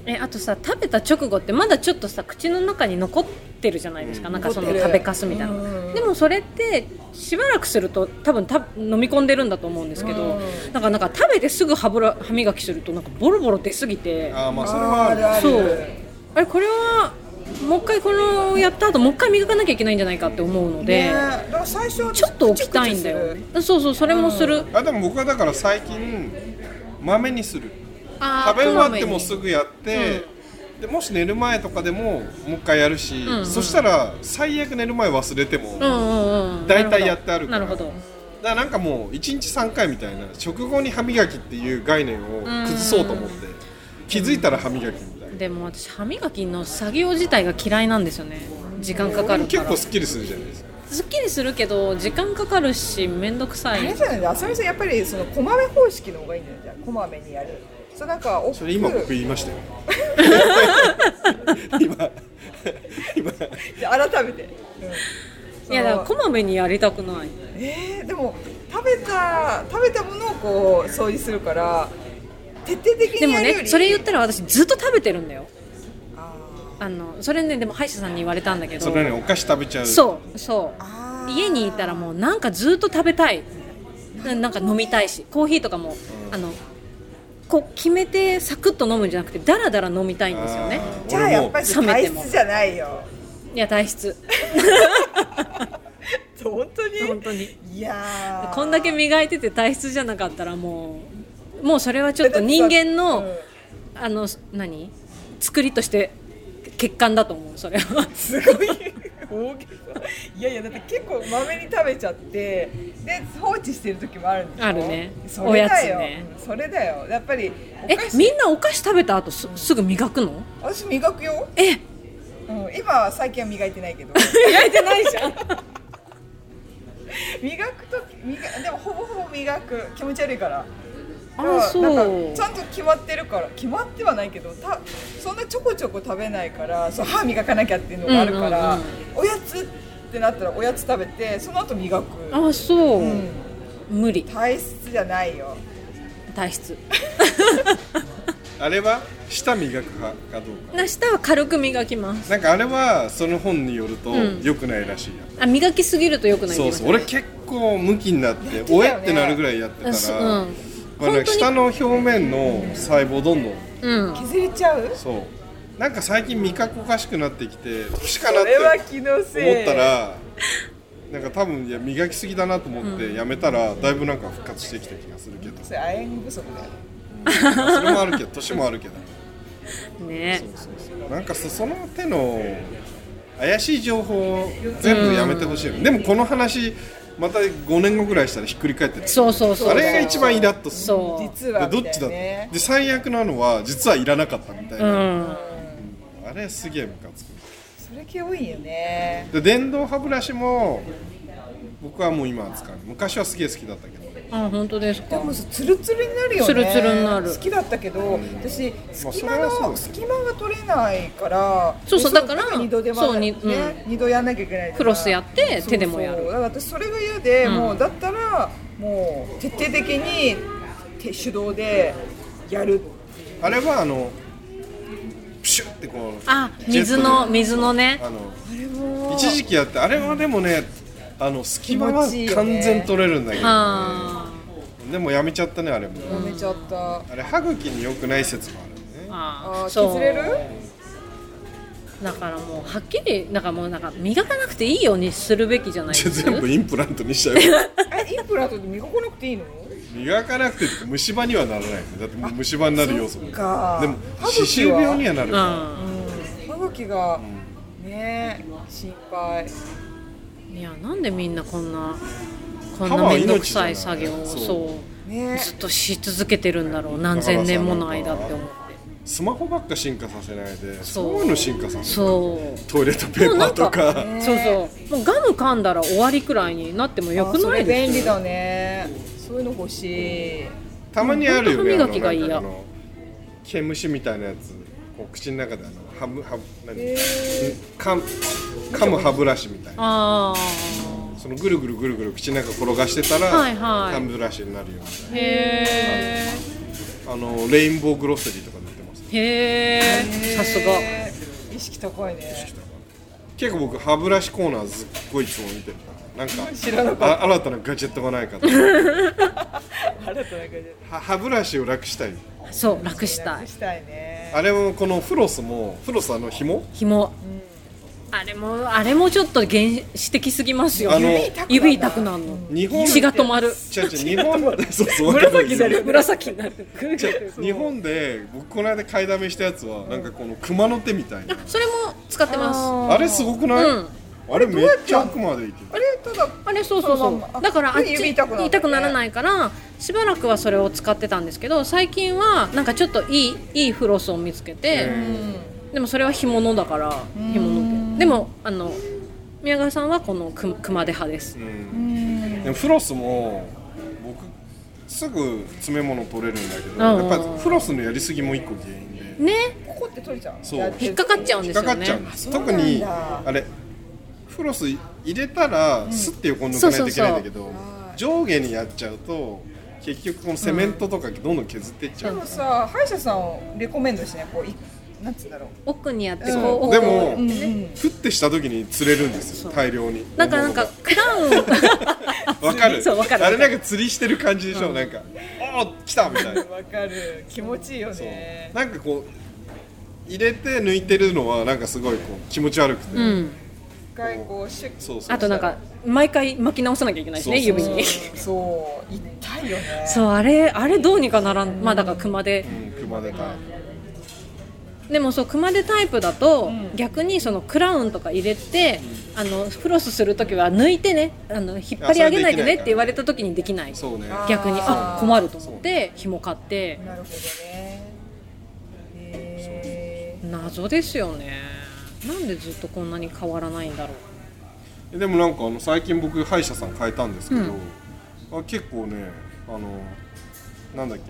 Speaker 2: えあとさ食べた直後ってまだちょっとさ口の中に残ってるじゃないですか、なんかその
Speaker 1: 残ってる
Speaker 2: 食べかすみたいな、
Speaker 1: うん
Speaker 2: でもそれってしばらくすると多分た飲み込んでるんだと思うんですけど、
Speaker 1: うん
Speaker 2: なんかなんか食べてすぐ歯ブラ歯磨きするとなんかボロボロ出すぎて
Speaker 3: ああまあそれは
Speaker 1: あ
Speaker 3: あ
Speaker 1: るあ
Speaker 3: る
Speaker 1: る
Speaker 2: そうあれこれはもう一回このやった後もう一回磨かなきゃいけないんじゃないかって思うので、
Speaker 1: ね、だから最初は
Speaker 2: ちょっと置きたいんだよ
Speaker 1: クチクチ
Speaker 2: そうそうそれもする、
Speaker 3: あでも僕はだから最近まめにする
Speaker 2: あー
Speaker 3: 食べ終わっても
Speaker 2: こ
Speaker 3: すぐやって、でもし寝る前とかでももう一回やるし、
Speaker 2: うんうん
Speaker 3: そしたら最悪寝る前忘れて
Speaker 2: ま
Speaker 3: も、
Speaker 2: め
Speaker 3: だか
Speaker 2: にうんうんうん
Speaker 3: 大体やってあるから
Speaker 2: なるほど
Speaker 3: らなんかもう1日3回みたいな食後に歯磨きっていう概念を崩そうと思って、気づいたら歯磨きみたいな、
Speaker 2: でも私歯磨きの作業自体が嫌いなんですよね時間かかるか
Speaker 3: 結
Speaker 2: ら
Speaker 3: 構すっきりするじゃないですか
Speaker 2: すっきりするけど時間かかるし面倒くさ
Speaker 1: あれ
Speaker 2: い
Speaker 1: じゃない浅見さんやっぱりそのこまめ方式の方がいいんだよじゃあこまめにやるそうなんかお
Speaker 3: それ今僕言いまし
Speaker 2: *laughs*
Speaker 3: たよ今今
Speaker 1: 改めて、うん
Speaker 2: いやだからこまめにやりたくない
Speaker 1: えー、でも食べた食べたものをこう掃除するから徹底的
Speaker 2: で
Speaker 1: に
Speaker 2: も
Speaker 1: やるより
Speaker 2: ねそれ言ったら私ずっと食べてるんだよ
Speaker 1: あ
Speaker 2: あのそれねでも歯医者さんに言われたんだけど
Speaker 3: それねお菓子食べちゃう
Speaker 2: そうそう
Speaker 1: あー
Speaker 2: 家にいたらもうなんかずっと食べたいななんか飲みたいしコーヒーとかもあのこう決めてサクッと飲むんじゃなくてだらだら飲みたいんですよね
Speaker 3: あー
Speaker 1: じゃあやっぱり
Speaker 2: 俺も
Speaker 1: 体質じゃないよ
Speaker 2: いや体質
Speaker 1: 本当に
Speaker 2: 本当に
Speaker 1: いやー
Speaker 2: こんだけ磨いてて体質じゃなかったらもうもうそれはちょっと人間の、
Speaker 1: *laughs* うん
Speaker 2: あの何作りとして欠陥だと思うそれは
Speaker 1: すごい大げさいやいやだって結構まめに食べちゃってで放置してる時もあるんですよ
Speaker 2: あるね
Speaker 1: それだよ
Speaker 2: おやつね
Speaker 1: うんそれだよやっぱり
Speaker 2: え
Speaker 1: お菓子
Speaker 2: みんなお菓子食べた後すすぐ磨くの
Speaker 1: 私磨くよ、
Speaker 2: え
Speaker 1: うん、今は最近は磨いてないけど
Speaker 2: 磨いてないじゃん
Speaker 1: 磨く時磨でもほぼほぼ磨く気持ち悪いから
Speaker 2: *laughs* あそう
Speaker 1: なんかちゃんと決まってるから決まってはないけどたそんなちょこちょこ食べないからそう歯磨かなきゃっていうのがあるから、
Speaker 2: うんうん
Speaker 1: おやつってなったらおやつ食べてその後磨く
Speaker 2: あそう、
Speaker 1: うん
Speaker 2: 無理
Speaker 1: 体質じゃないよ
Speaker 2: 体質
Speaker 3: あれは舌磨く派かどうか
Speaker 2: な舌は軽く磨きます
Speaker 3: なんかあれはその本によると
Speaker 2: うん
Speaker 3: 良くないらしいや、
Speaker 2: あ磨きすぎると良くないって
Speaker 3: そ
Speaker 2: 言いうます
Speaker 3: そう
Speaker 2: ね
Speaker 3: 俺結構ムキになって
Speaker 1: てたよ
Speaker 3: お
Speaker 1: ね
Speaker 3: えってなるぐらいやってた
Speaker 2: あそ
Speaker 3: ら、
Speaker 2: う
Speaker 3: まあね
Speaker 2: 本当に
Speaker 3: 下の表面の細胞どんどん
Speaker 2: うん、うん、
Speaker 1: 削れちゃう
Speaker 3: そうなんか最近味覚おかしくなってきて年
Speaker 1: そ
Speaker 3: かなっ
Speaker 1: れは
Speaker 3: て
Speaker 1: 気のせい
Speaker 3: 思ったらなんか多分いや磨きすぎだなと思ってやめたら、だいぶなんか復活してきた気がするけど
Speaker 1: それ亜鉛不足だよ
Speaker 3: それもあるけど年もあるけど
Speaker 2: ね
Speaker 3: そうそうそうなんかそその手の怪しい情報を全部やめてほしいよね、でもこの話また5年後ぐらいしたらひっくり返ってる
Speaker 2: そうそうそう
Speaker 3: あれが一番イラッとする
Speaker 2: そう
Speaker 1: 実は
Speaker 3: で
Speaker 1: みた
Speaker 3: どっち
Speaker 1: いな
Speaker 3: だっ
Speaker 1: ね
Speaker 3: てで最悪なのは実はいらなかったみたいうな、
Speaker 2: ん
Speaker 3: あれすげえムカつく
Speaker 1: それ系多いよね
Speaker 3: で電動歯ブラシも僕はもう今は使う昔はすげえ好きだったけど
Speaker 2: あ本当ですか
Speaker 1: でもさツルツルになるよね
Speaker 2: ツルツルになる
Speaker 1: 好きだったけど私隙間
Speaker 3: まあそれはそうだ
Speaker 1: の、
Speaker 3: よ
Speaker 1: 隙間が取れないから
Speaker 2: そうそう
Speaker 1: で
Speaker 2: だから
Speaker 1: 二度手間
Speaker 2: そう
Speaker 1: だ
Speaker 2: に
Speaker 1: よね、二度やんなきゃいけない
Speaker 2: クロスやって手でもやる
Speaker 1: そうそうだから私それが嫌で、
Speaker 2: うん
Speaker 1: もうだったらもう徹底的に手手動でやる
Speaker 3: あれはあのプシュってこう
Speaker 2: あ水の水のね
Speaker 3: あの
Speaker 1: あれも
Speaker 3: 一時期やってあれはでもねあの隙間は
Speaker 1: 気持ちいいよね
Speaker 3: 完全取れるんだけど、
Speaker 2: あ
Speaker 3: でもやめちゃったねあれも、
Speaker 1: やめちゃった、
Speaker 3: あれ歯茎に良くない説もある
Speaker 2: ー
Speaker 3: よね
Speaker 2: あ
Speaker 1: あ
Speaker 2: ー
Speaker 1: ー
Speaker 2: そう
Speaker 1: 削れる
Speaker 2: だからもうはっきりなんかもうなんか磨かなくていいようにするべきじゃない
Speaker 3: じゃ
Speaker 2: で
Speaker 3: あ
Speaker 2: す
Speaker 3: *laughs* 全部インプラントにしち
Speaker 1: *laughs*
Speaker 3: ゃう
Speaker 1: えインプラントで磨かなくてい
Speaker 3: *laughs*
Speaker 1: いの
Speaker 3: 磨かなくて虫歯にはならないよねだってもう虫歯になる要素も
Speaker 1: そっか
Speaker 3: でも
Speaker 1: 歯茎
Speaker 3: 歯
Speaker 1: は
Speaker 3: 周病にはなる
Speaker 2: う
Speaker 3: か
Speaker 1: 歯茎がね心配
Speaker 2: んいやなんでみんなこんなこん
Speaker 3: 歯
Speaker 2: な
Speaker 3: は
Speaker 2: 面倒くさい
Speaker 3: 命じゃな
Speaker 2: 作
Speaker 3: い
Speaker 2: 業を
Speaker 3: そ
Speaker 2: そうう
Speaker 1: ね
Speaker 2: ずっとし続けてるんだろう何千年もの間って思って
Speaker 3: らスマホばっか進化させないで
Speaker 2: そう
Speaker 3: そういうの進化させる
Speaker 2: そう
Speaker 3: トイレットペーパーとか
Speaker 1: ね
Speaker 2: そうそうもうガム噛んだら終わりくらいになってもよく
Speaker 1: あそ
Speaker 2: な
Speaker 1: れ
Speaker 2: いです
Speaker 1: 便利だねそういうの欲しい
Speaker 3: たまにあるよね
Speaker 2: 本当歯磨きが嫌
Speaker 3: あのなんかあの毛虫みたいなやつこう口の中であの歯む歯何、
Speaker 1: へ
Speaker 3: 噛む噛む歯ブラシみたいな
Speaker 2: あ
Speaker 3: そのぐるぐるぐるぐる口の中転がしてたら、
Speaker 2: はいはい
Speaker 3: 歯ブラシになるよみたい
Speaker 2: あへ
Speaker 3: なあのレインボーグロッセリーとか塗ってます
Speaker 2: えへえさすが
Speaker 1: へー意識高いね
Speaker 3: 結構僕歯ブラシコーナーすっごいいつも見てるからなんか
Speaker 1: 知らな
Speaker 3: あ新たなガジェットがな
Speaker 2: *laughs*
Speaker 3: いかと
Speaker 1: 新たな感じで
Speaker 3: 歯歯ブラシを楽したい
Speaker 2: そう楽したい
Speaker 1: したいね
Speaker 3: あれもこのフロスもフロスあの紐
Speaker 2: 紐、あれもあれもちょっと原始的すぎますよ
Speaker 3: あの
Speaker 2: 指痛くなるの
Speaker 3: 日本
Speaker 2: 血が止まる
Speaker 3: 違う違
Speaker 2: *laughs*
Speaker 3: う日本そうそう
Speaker 1: 紫になる
Speaker 2: 紫になる
Speaker 3: 日本で僕この間買いだめしたやつはなんかこの熊の手みたいな
Speaker 2: それも使ってます
Speaker 3: あれすごくない、
Speaker 2: うん
Speaker 3: あれめっちゃ奥までいける
Speaker 1: あれただ
Speaker 2: あれそうそ
Speaker 1: そ
Speaker 2: うそ
Speaker 1: の
Speaker 2: う
Speaker 1: まんまあ
Speaker 2: だからあっち
Speaker 1: 指痛くなるね
Speaker 2: 痛くならないからしばらくはそれを使ってたんですけど最近はなんかちょっといいいいフロスを見つけて、でもそれは干物だから干物ででもあの宮川さんはこのく熊手派です、
Speaker 3: うんでもフロスも僕すぐ詰め物取れるんだけど
Speaker 2: うんうん
Speaker 3: やっぱフロスのやりすぎも一個原因で
Speaker 2: ね
Speaker 1: ここって取れちゃう
Speaker 3: そう
Speaker 1: やて
Speaker 2: 引
Speaker 1: る
Speaker 2: っかかっちゃうん
Speaker 3: 引っ
Speaker 2: です
Speaker 3: か
Speaker 2: よ
Speaker 3: か
Speaker 2: ね
Speaker 3: っちゃうんです
Speaker 1: そうなん
Speaker 3: 特
Speaker 1: だ
Speaker 3: にあれフロス入れたらスッて横に抜かないといけないんだけど上下にやっちゃうと結局このセメントとかどんどん削っていっちゃ
Speaker 1: で
Speaker 3: う
Speaker 1: もさ歯医者さんをレコメンドしないこういなんつうんだろう
Speaker 2: 奥にやって
Speaker 1: そう
Speaker 2: こう
Speaker 3: で
Speaker 2: こ
Speaker 3: も
Speaker 1: う
Speaker 2: う
Speaker 1: んうん
Speaker 3: ふってした時に釣れるんですよ
Speaker 2: そう
Speaker 3: 大量に
Speaker 2: なんかなんかクラウン
Speaker 3: わかる
Speaker 2: そうわかる
Speaker 3: あれなんか釣りしてる感じでしょ、なんかー来たみたいな
Speaker 1: わかる気持ちいいよ
Speaker 3: そう
Speaker 1: ね
Speaker 3: なんかこう入れて抜いてるのはなんかすごいこう気持ち悪くて、
Speaker 2: うん、
Speaker 1: 一回こうシュッ
Speaker 3: そうそうそう
Speaker 2: あとなんか毎回巻き直さなきゃいけないしね
Speaker 3: そうそう
Speaker 2: 指
Speaker 3: そう
Speaker 2: に
Speaker 1: そう痛いよね
Speaker 2: そうあれあれどうにかならんまあだから熊で
Speaker 3: うん、熊手か
Speaker 2: でもそう熊手タイプだと、
Speaker 1: うん
Speaker 2: 逆にそのクラウンとか入れて、あのフロスする時は抜いてねあの引っ張り上げないでねって言われた時にできない
Speaker 3: そうね
Speaker 1: あ
Speaker 2: 逆に
Speaker 1: あ
Speaker 2: あ
Speaker 1: ー
Speaker 2: 困ると思って紐買って
Speaker 1: なるほどねへ
Speaker 2: 謎ですよねなんでずっとこんなに変わらないんだろ
Speaker 3: *laughs*
Speaker 2: う
Speaker 3: でもなんかあの最近僕歯医者さん変えたんですけど、あ結構ねあのなんだっけ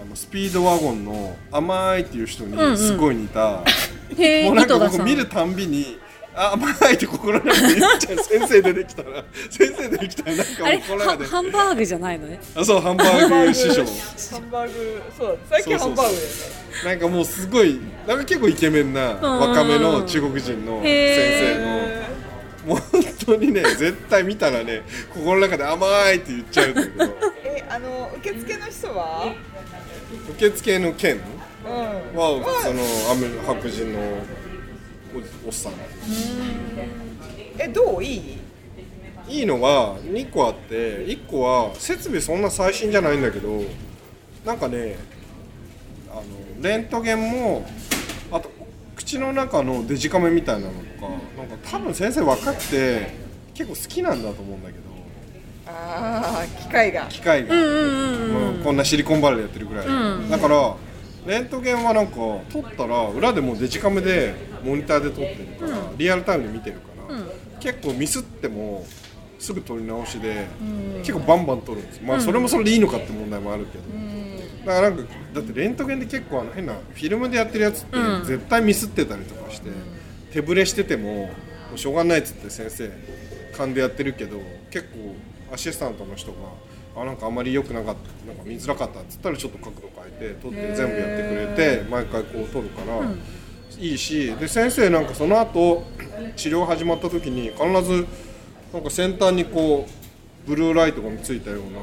Speaker 3: あのスピードワゴンの甘いっていう人
Speaker 2: んうん
Speaker 3: にすごい似た、
Speaker 2: *laughs* へえ
Speaker 3: もうなん
Speaker 2: 井
Speaker 3: か
Speaker 2: 戸田さ
Speaker 3: 僕
Speaker 2: ん
Speaker 3: 見るたんびにあ甘いって心の中で言っちゃう先生出てきたら *laughs* 先生出てきたらなんか
Speaker 2: あ
Speaker 3: も
Speaker 2: れ
Speaker 3: う心の中
Speaker 2: は
Speaker 3: で
Speaker 2: ハンバーグじゃないのね
Speaker 3: あそうハンバーグ師匠
Speaker 1: ハンバーグそう最近ハンバーグだよね
Speaker 3: なんかもうすごいなんか結構イケメンな
Speaker 2: うん
Speaker 3: 若めの中国人の先
Speaker 2: へ
Speaker 3: 生のもう本当にね絶対見たらね心の中で甘いって言っちゃうんだけど
Speaker 1: えあの受付の人は
Speaker 3: 受付の剣
Speaker 1: うん
Speaker 3: はそのアメ白人のおおっさん
Speaker 1: えどういい
Speaker 3: いいのは2個あって1個は設備そんな最新じゃないんだけどなんかねあのレントゲンもあと口の中のデジカメみたいなのとかなんか多分先生若くて結構好きなんだと思うんだけど
Speaker 1: ああ機械が
Speaker 3: 機械が、まあこんなシリコンバレーでやってるぐらい、だからレントゲンはなんか撮ったら裏でもうデジカメでモニターで撮ってるから、リアルタイムで見てるから、結構ミスってもすぐ撮り直しで、結構バンバン撮るんですよまあそれもそれでいいのかって問題もあるけど、だからなんかだってレントゲンで結構あの変なフィルムでやってるやつって絶対ミスってたりとかして、手ぶれしててももうしょうがないっつって先生勘でやってるけど結構アシスタントの人があなんかあまり良くなかったなんか見づらかったっつったらちょっと角度変えて撮って全部やってくれて毎回こう撮るから。いいしで先生なんかその後治療始まった時に必ずなんか先端にこうブルーライトがついたような、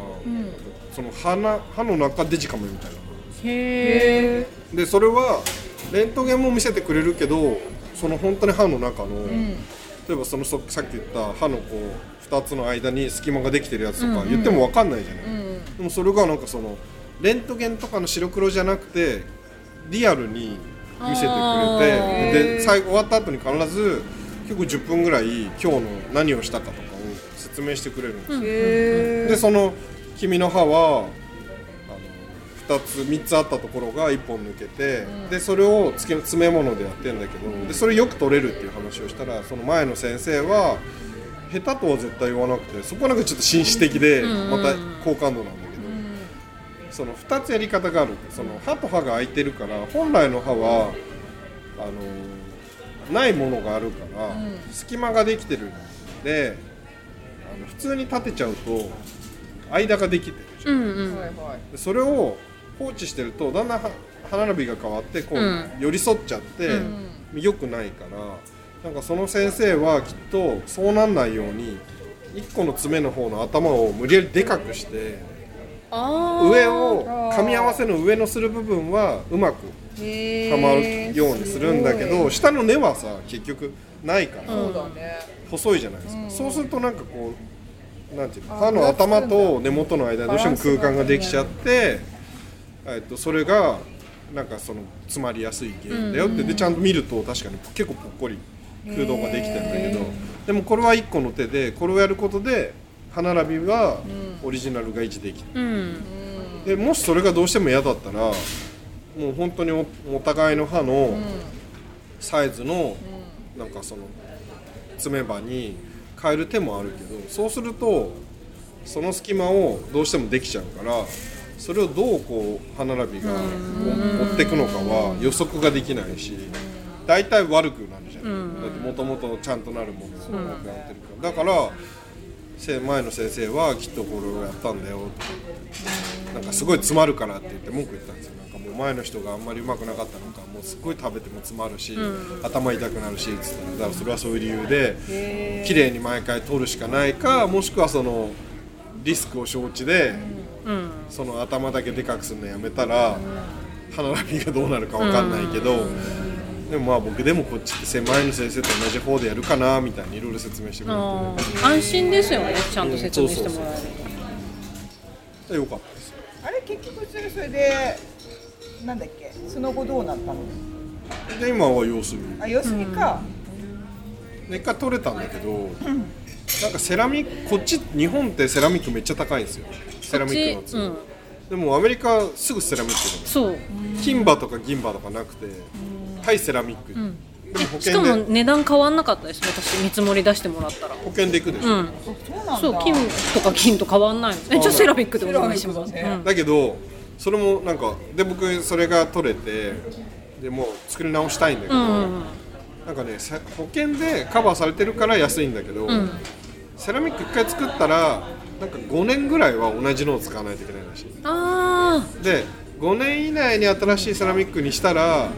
Speaker 3: その鼻歯の中デジカメみたいな
Speaker 2: へえ
Speaker 3: でそれはレントゲンも見せてくれるけどその本当に歯の中の、例えばそのそさっき言った歯のこう2つの間に隙間ができてるやつとか言っても分かんないじゃない、でもそれがなんかそのレントゲンとかの白黒じゃなくてリアルに見せてくれてで最後終わった後に必ず結構10分ぐらい今日の何をしたかとかを説明してくれるんですよ
Speaker 1: へ
Speaker 3: でその君の歯はあの2つ3つあったところが1本抜けて、でそれをつけ詰め物でやってんだけど、でそれよく取れるっていう話をしたらその前の先生は下手とは絶対言わなくてそこはなんかちょっと紳士的で、また好感度なんだけど、その2つやり方があるその歯と歯が空いてるから本来の歯はあのないものがあるから、隙間ができてるのであの普通に立てちゃうと間ができてるじゃん
Speaker 2: うんうん
Speaker 1: はいはい
Speaker 3: でそれを放置してるとだんだんは歯並びが変わってこう、
Speaker 2: うん
Speaker 3: 寄り添っちゃって、良くないからなんかその先生はきっとそうなんないように1個の爪の方の頭を無理やりでかくして
Speaker 2: あー
Speaker 3: 上を噛み合わせの上のする部分はうまく
Speaker 1: へ
Speaker 3: はまるようにするんだけど、
Speaker 1: す
Speaker 3: 下の根はさ結局ないから、
Speaker 1: ごいそうだね
Speaker 3: 細いじゃないですか、そうするとなんかこうなんていうの
Speaker 1: あ
Speaker 3: 歯の頭と根元の間にどうしても空間ができちゃって、えっと、それがなんかその詰まりやすい原因だよって、でちゃんと見ると確かに結構ぽっこり空洞ができてるんだけど、でもこれは1個の手でこれをやることで歯並びはオリジナルが維持できて
Speaker 2: うん
Speaker 3: でもしそれがどうしても嫌だったらもう本当におお互いの歯のサイズの、なんかその爪歯に変える手もあるけどそうするとその隙間をどうしてもできちゃうからそれをどうこう歯並びがこう持ってくのかは予測ができないし大体悪くなるじゃない、だってもともとちゃんとなるものがなくなってるからだからせ前の先生はきっとこれをやったんだよってなんかすごい詰まるからって言って文句言ったんですよなんかもう前の人があんまりうまくなかったのかもうすごい食べても詰まるし、頭痛くなるしっつったらだからそれはそういう理由で綺麗に毎回取るしかないかもしくはそのリスクを承知で、
Speaker 2: うん
Speaker 3: その頭だけでかくするのやめたら、歯並びがどうなるかわかんないけど、でもまあ僕でもこっちって狭いの先生と同じ方でやるかなみたいにいろいろ説明してくれ
Speaker 2: あ
Speaker 3: て、
Speaker 2: ー安心ですよねちゃんと説明してもらえる
Speaker 3: でよかったです
Speaker 1: あれ結局それそれでなんだっけその後どうなったの
Speaker 3: で今は様子見
Speaker 1: あ四隅か、
Speaker 3: で一回取れたんだけど、なんかセラミックこっち日本ってセラミックめっちゃ高いんですよセラミックのやつ、
Speaker 2: そっちうん
Speaker 3: でもアメリカすぐセラミックだね
Speaker 2: そう
Speaker 3: 金歯とか銀歯とかなくて、はいセラミック、でも保
Speaker 2: しか
Speaker 3: 険
Speaker 2: も
Speaker 3: で
Speaker 2: 値段変わんなかったです私見積もり出してもらったら
Speaker 3: 保険で行くでしょ、
Speaker 2: うん
Speaker 1: あそうなんだ
Speaker 2: そう金とか銀と変わんないのえじゃあセラミックでお願いします、
Speaker 1: セラミッ
Speaker 3: だけどそれもなんかで僕それが取れてでもう作り直したいんだけど、
Speaker 2: うんうんうん
Speaker 3: なんかねせ保険でカバーされてるから安いんだけど、
Speaker 2: ん
Speaker 3: セラミック1回作ったらなんか5年ぐらいは同じのを使わないといけないらしい
Speaker 2: ああ
Speaker 3: で5年以内に新しいセラミックにしたらあの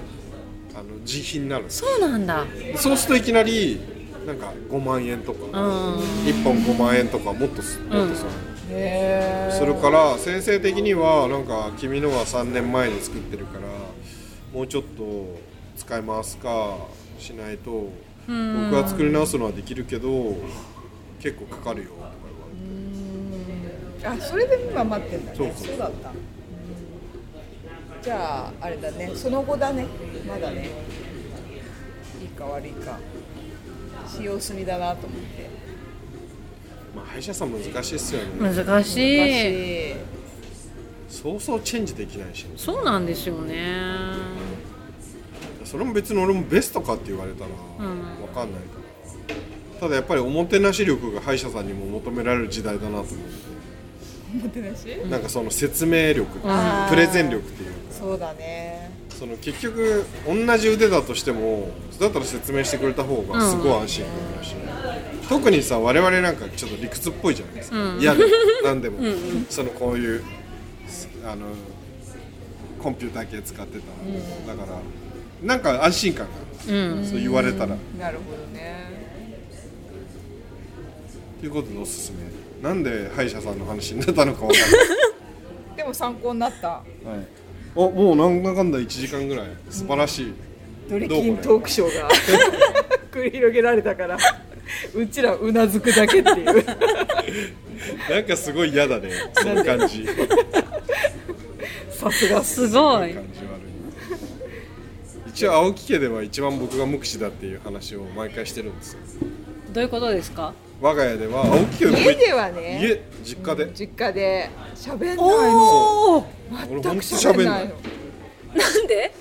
Speaker 3: 自費になるんです
Speaker 2: そうなんだ
Speaker 3: そうするといきなりなんか5万円とか、
Speaker 2: うん
Speaker 3: 1本5万円とかもっとすもっとする、
Speaker 1: へー
Speaker 3: するから先生的にはなんか君のは3年前に作ってるからもうちょっと使い回すかしないと
Speaker 2: ん
Speaker 3: 僕は作り直すのはできるけど結構かかるよとか
Speaker 1: あそれで今待ってんだね
Speaker 3: そう
Speaker 1: そ
Speaker 3: そう
Speaker 1: うだったじゃああれだねその後だねまだねいいか悪いか使用済みだなと思って
Speaker 3: 言われて、まあ、歯医者さん難しいっすよね
Speaker 2: 難しい
Speaker 1: 昔
Speaker 3: そうそうチェンジできないし
Speaker 2: そうなんですよね
Speaker 3: それも別に俺もベストかって言われたら分かんないから、ただやっぱりおもてなし力が歯医者さんにも求められる時代だなと思
Speaker 1: お
Speaker 3: って
Speaker 1: もてなし
Speaker 3: なんかその説明力
Speaker 1: あー
Speaker 3: プレゼン力っていうか
Speaker 1: そうだね
Speaker 3: その結局同じ腕だとしてもだったら説明してくれた方がすごい安心感あるし、特にさ我々なんかちょっと理屈っぽいじゃないですか、嫌 *laughs* で何でもそのこういうあのコンピューター系使ってたら、だからなんか安心感がある、そう言われたら、と
Speaker 1: なるほどね
Speaker 3: いうことでおすすめなんで歯医者さんの話になったのかわか
Speaker 1: でも参考になった
Speaker 3: んない、はい、おもうなんだかんだ1時間ぐらい素晴らしい、
Speaker 1: ドリ
Speaker 3: どう
Speaker 1: キ
Speaker 3: これ
Speaker 1: ントークショーが繰り広げられたからうちらうなずくだけっていう
Speaker 3: なんかすごい嫌だねその感
Speaker 1: *laughs*
Speaker 3: じ
Speaker 1: さすが
Speaker 2: すごい
Speaker 3: 感じ悪い一応青木家では一番僕が無口だっていう話を毎回してるんですよ
Speaker 2: どういうことですか
Speaker 3: 我が家では青木家より
Speaker 1: 家ではね
Speaker 3: 家実家で
Speaker 1: 実家で喋んないの
Speaker 2: おお
Speaker 3: 俺ほん
Speaker 1: 全
Speaker 3: と
Speaker 1: く喋
Speaker 3: 喋
Speaker 1: ん
Speaker 3: ん
Speaker 1: な
Speaker 3: ないい
Speaker 1: の
Speaker 2: なんで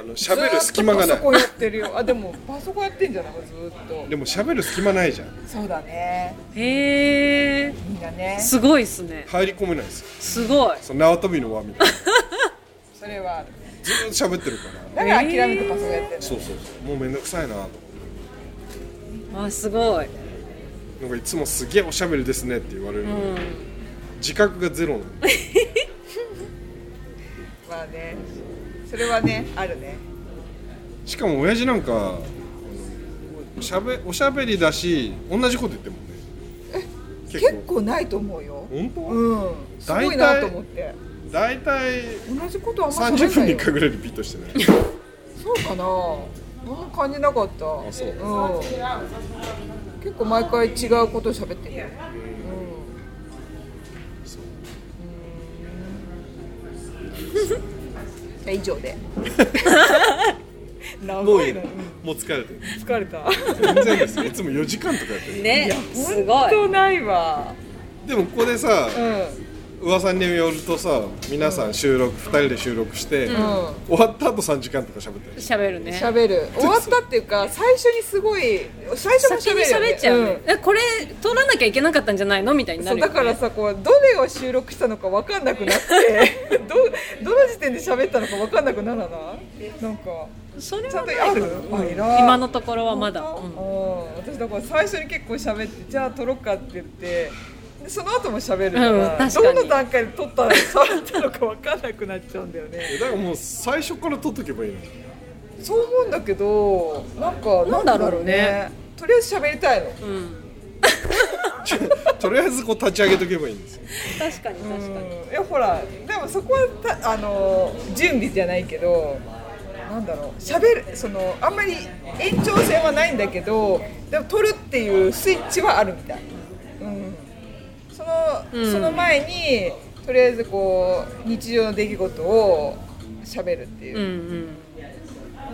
Speaker 3: あの喋る隙間が
Speaker 1: ずー
Speaker 3: な
Speaker 1: っとパソコン
Speaker 3: い
Speaker 1: やってるよあでもパソコンやってんじゃないずーっと
Speaker 3: でも喋る隙間ないじゃん
Speaker 1: そうだね
Speaker 2: へえ
Speaker 1: みんなね
Speaker 2: すごいですね
Speaker 3: 入り込めないですよ
Speaker 2: すごい
Speaker 3: その縄跳びの輪みたいな
Speaker 1: それは
Speaker 3: ずーっと喋ってるから
Speaker 1: だから諦めてパソコンやってる
Speaker 3: そうそうそうもうめんどくさいなと思って
Speaker 2: あすごい
Speaker 3: なんかいつもすげえおしゃべりですねって言われるのに、
Speaker 2: うん
Speaker 3: 自覚がゼロなの
Speaker 1: まあねそれはねあるね
Speaker 3: しかも親父なんかおしゃべおしゃべりだし同じこと言ってるもんね
Speaker 1: 結構ないと思うよ
Speaker 3: 本当、
Speaker 1: うんすごいなと思って
Speaker 3: 大体
Speaker 1: 同じことあんま
Speaker 3: 30
Speaker 1: 喋んな
Speaker 3: 分
Speaker 1: い
Speaker 3: に
Speaker 1: よ
Speaker 3: 1回ぐらいでピッとしてない
Speaker 1: そうかなあんま感じなかった、
Speaker 3: あそうん
Speaker 1: 結構毎回違うことを喋ってるよ、
Speaker 3: *laughs*
Speaker 1: うん、以上で
Speaker 3: もう
Speaker 1: 長
Speaker 3: い
Speaker 1: い
Speaker 3: い
Speaker 1: なうん
Speaker 3: もう疲れてる
Speaker 1: 疲れた
Speaker 3: 全然ですいつも4時間とかやってる
Speaker 2: ねすご
Speaker 1: 本
Speaker 2: い
Speaker 1: 当ないわ
Speaker 3: でもここでさ
Speaker 1: うんうん
Speaker 3: 噂によるとさ皆さん収録2人で収録して、終わった後3時間とか喋ってる
Speaker 2: 喋るね
Speaker 1: 喋る終わったっていうか最初にすごい最初も
Speaker 2: 先
Speaker 1: 喋
Speaker 2: に
Speaker 1: るよね
Speaker 2: 喋っちゃうね
Speaker 1: ん
Speaker 2: えこれ取らなきゃいけなかったんじゃないのみたいにな
Speaker 1: そう
Speaker 2: るよ
Speaker 1: だ
Speaker 2: ね
Speaker 1: からさこうどれを収録したのか分かんなくなって *laughs* どどの時点で喋ったのか分かんなくならないなんか
Speaker 2: それ
Speaker 1: ちゃ
Speaker 2: は
Speaker 1: ん
Speaker 2: な
Speaker 1: と
Speaker 2: い
Speaker 1: ある、
Speaker 2: うん
Speaker 1: あ偉い
Speaker 2: 今のところはまだ
Speaker 1: 本当
Speaker 2: うん
Speaker 1: うん私だから最初に結構喋ってじゃあ撮ろうかって言ってでその後も喋るか
Speaker 2: うん
Speaker 1: ら、
Speaker 2: 確かに
Speaker 1: どの段階で撮ったのか喋ったのか分かんなくなっちゃうんだよね
Speaker 3: えだからもう最初から撮っとけばいいのに
Speaker 1: そう思うんだけどなんか
Speaker 2: なんだろうね
Speaker 1: とりあえず喋りたいの
Speaker 2: うん
Speaker 3: とりあえずこう立ち上げとけばいいんですよ
Speaker 2: 確かに確かに
Speaker 1: うんいやほらでもそこはたあの準備じゃないけどなんだろう喋るそのあんまり延長線はないんだけどでも取るっていうスイッチはあるみたい、うん、その、
Speaker 2: うん
Speaker 1: その前にとりあえずこう日常の出来事を喋るっていう
Speaker 2: う、んうん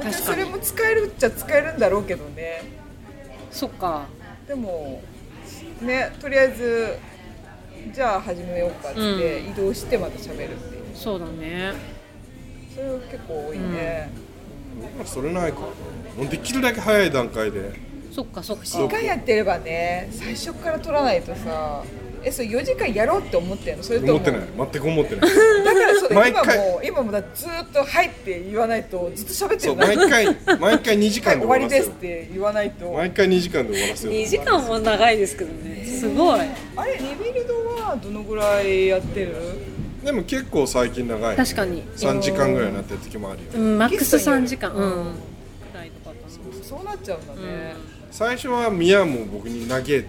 Speaker 1: 別に
Speaker 2: 確
Speaker 1: そ
Speaker 2: かに
Speaker 1: れも使えるっちゃ使えるんだろうけどね
Speaker 2: そっか
Speaker 1: でもねとりあえずじゃあ始めようかっつって、移動してまた喋るっていう
Speaker 2: そうだね
Speaker 1: それは結構多いね、
Speaker 3: 僕らそれないからもうできるだけ早い段階で
Speaker 2: そっかそっか
Speaker 1: 時間やってればね最初から取らないとさえそれ4時間やろうって思ってんのそれとも
Speaker 3: 思ってない全く思ってない
Speaker 1: だからそれ
Speaker 3: 毎
Speaker 1: 今
Speaker 3: 回
Speaker 1: も今もだずーっと「はい」って言わないとずっと喋って
Speaker 3: そう
Speaker 1: るな
Speaker 3: 毎
Speaker 1: はい
Speaker 3: 回毎回2時間
Speaker 1: 終
Speaker 3: で終
Speaker 1: わ
Speaker 3: わ
Speaker 1: り
Speaker 3: らせ
Speaker 1: で
Speaker 3: よ
Speaker 1: すって言わないと
Speaker 3: う毎回2時間で終わらせよう
Speaker 2: 2時間も長いですけどねすごい
Speaker 1: あれリビルドはどのぐらいやってる
Speaker 3: でも結構最近長い
Speaker 2: 確かに
Speaker 3: 3時間ぐらいになってる時もあるよ、
Speaker 2: うんマックス
Speaker 1: ゲストに
Speaker 2: 3時間うんくらいとかかな
Speaker 1: そうなっちゃうんだね、
Speaker 3: 最初はミヤも僕に「長え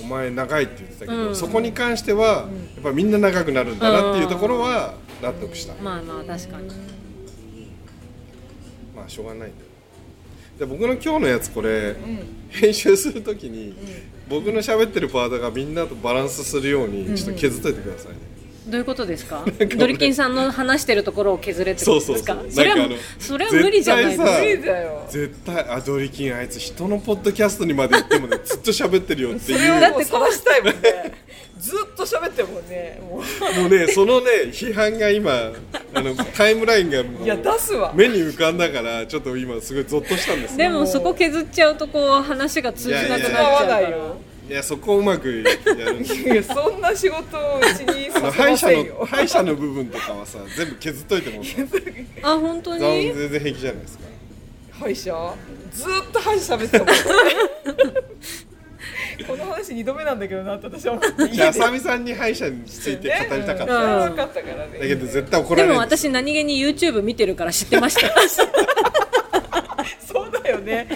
Speaker 3: お前長い」って言ってたけど、
Speaker 2: うん
Speaker 3: そこに関しては、やっぱみんな長くなるんだなっていうところは納得した、
Speaker 2: まあまあ確かに
Speaker 3: まあしょうがないんだよで僕の今日のやつこれ、
Speaker 1: ん
Speaker 3: 編集するときに、僕の喋ってるパートがみんなとバランスするようにちょっと削っといてくださいね、
Speaker 2: どういうことですか
Speaker 3: か
Speaker 2: ドリキンさんの話してるところを削れって
Speaker 3: そ
Speaker 2: こ
Speaker 3: う
Speaker 2: と
Speaker 3: そう
Speaker 2: です
Speaker 3: そ
Speaker 2: か
Speaker 3: う
Speaker 2: それは
Speaker 3: なんかあの
Speaker 2: それは無理じゃないです
Speaker 3: 絶対さ
Speaker 1: 無理だよ
Speaker 3: 絶対アドリキンあいつ人のポッドキャストにまで行っても
Speaker 1: *laughs*
Speaker 3: ねずっと喋ってるよって
Speaker 1: それを
Speaker 3: いう
Speaker 1: もう探したいもんねずっと喋ってるもんねもう
Speaker 3: もうねそのね批判が今
Speaker 1: *laughs*
Speaker 3: あのタイムラインがもう
Speaker 1: いや出すわ
Speaker 3: 目に浮かんだからちょっと今すごいゾッとしたんですよ
Speaker 2: でもそこ削っちゃうとこう話が通じなくなっち
Speaker 1: 使
Speaker 2: ゃ
Speaker 1: わ
Speaker 2: うか
Speaker 1: ない
Speaker 2: ら
Speaker 1: よ
Speaker 3: いやそこをうまくやるん
Speaker 1: *laughs*
Speaker 3: です
Speaker 1: いやそんな仕事をうちに
Speaker 3: あの
Speaker 1: させ
Speaker 3: 歯
Speaker 1: ま
Speaker 3: 医者
Speaker 1: せん
Speaker 3: の
Speaker 1: よ
Speaker 3: 歯医者の部分とかはさ全部削っといてもさ
Speaker 2: あ本当に
Speaker 3: 全然平気じゃないですか
Speaker 1: 歯医者ずーっと歯医者喋ってたもんこの話2度目なんだけどなって私は思って
Speaker 3: じゃあ浅見さんに歯医者について語りたか
Speaker 1: ねうんそ
Speaker 3: った、だ
Speaker 1: れは分かったからね
Speaker 3: けど絶対怒ら
Speaker 2: で
Speaker 3: れ
Speaker 2: も
Speaker 3: ない
Speaker 2: 私何気に YouTube 見てるから知ってました
Speaker 1: そうだよね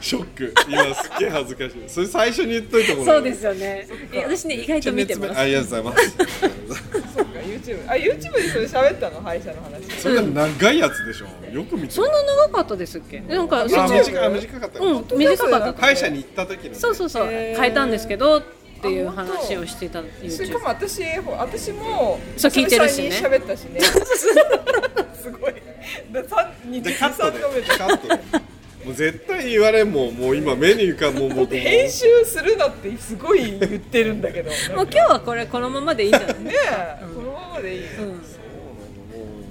Speaker 3: ショック今すっげえ恥ずかしいそれ最初に言っといたもん
Speaker 2: そうですよねいや私ね意外と見てま
Speaker 3: あ
Speaker 2: す
Speaker 3: りがとうございます
Speaker 1: そうか YouTube あ YouTube でそれ喋ったの歯医者の話
Speaker 3: それが長いやつでしょよく見て
Speaker 2: そんな長かったですっけなんか
Speaker 3: あ
Speaker 2: その
Speaker 1: う
Speaker 3: 短いあ短かった、
Speaker 2: うん短かった
Speaker 3: 歯医者に行った時のね
Speaker 2: そうそうそう
Speaker 1: へー
Speaker 2: 変えたんですけどっていう
Speaker 1: あ本当
Speaker 2: 話をしてた
Speaker 1: それ
Speaker 2: YouTube
Speaker 1: かも私ほ私も
Speaker 2: そう聞いてるしね
Speaker 1: 久々に喋ったし
Speaker 2: *laughs*
Speaker 1: ねすごいだ2
Speaker 3: じゃあカットで
Speaker 1: 度目で
Speaker 3: カットでもう絶対言われんもんもう今目に浮かんもう僕も
Speaker 1: 編集するなってすごい言ってるんだけど
Speaker 2: もう今日はこれこのままでいいんじゃない、
Speaker 1: ねえ、このままでいいよ、
Speaker 2: うん、
Speaker 3: も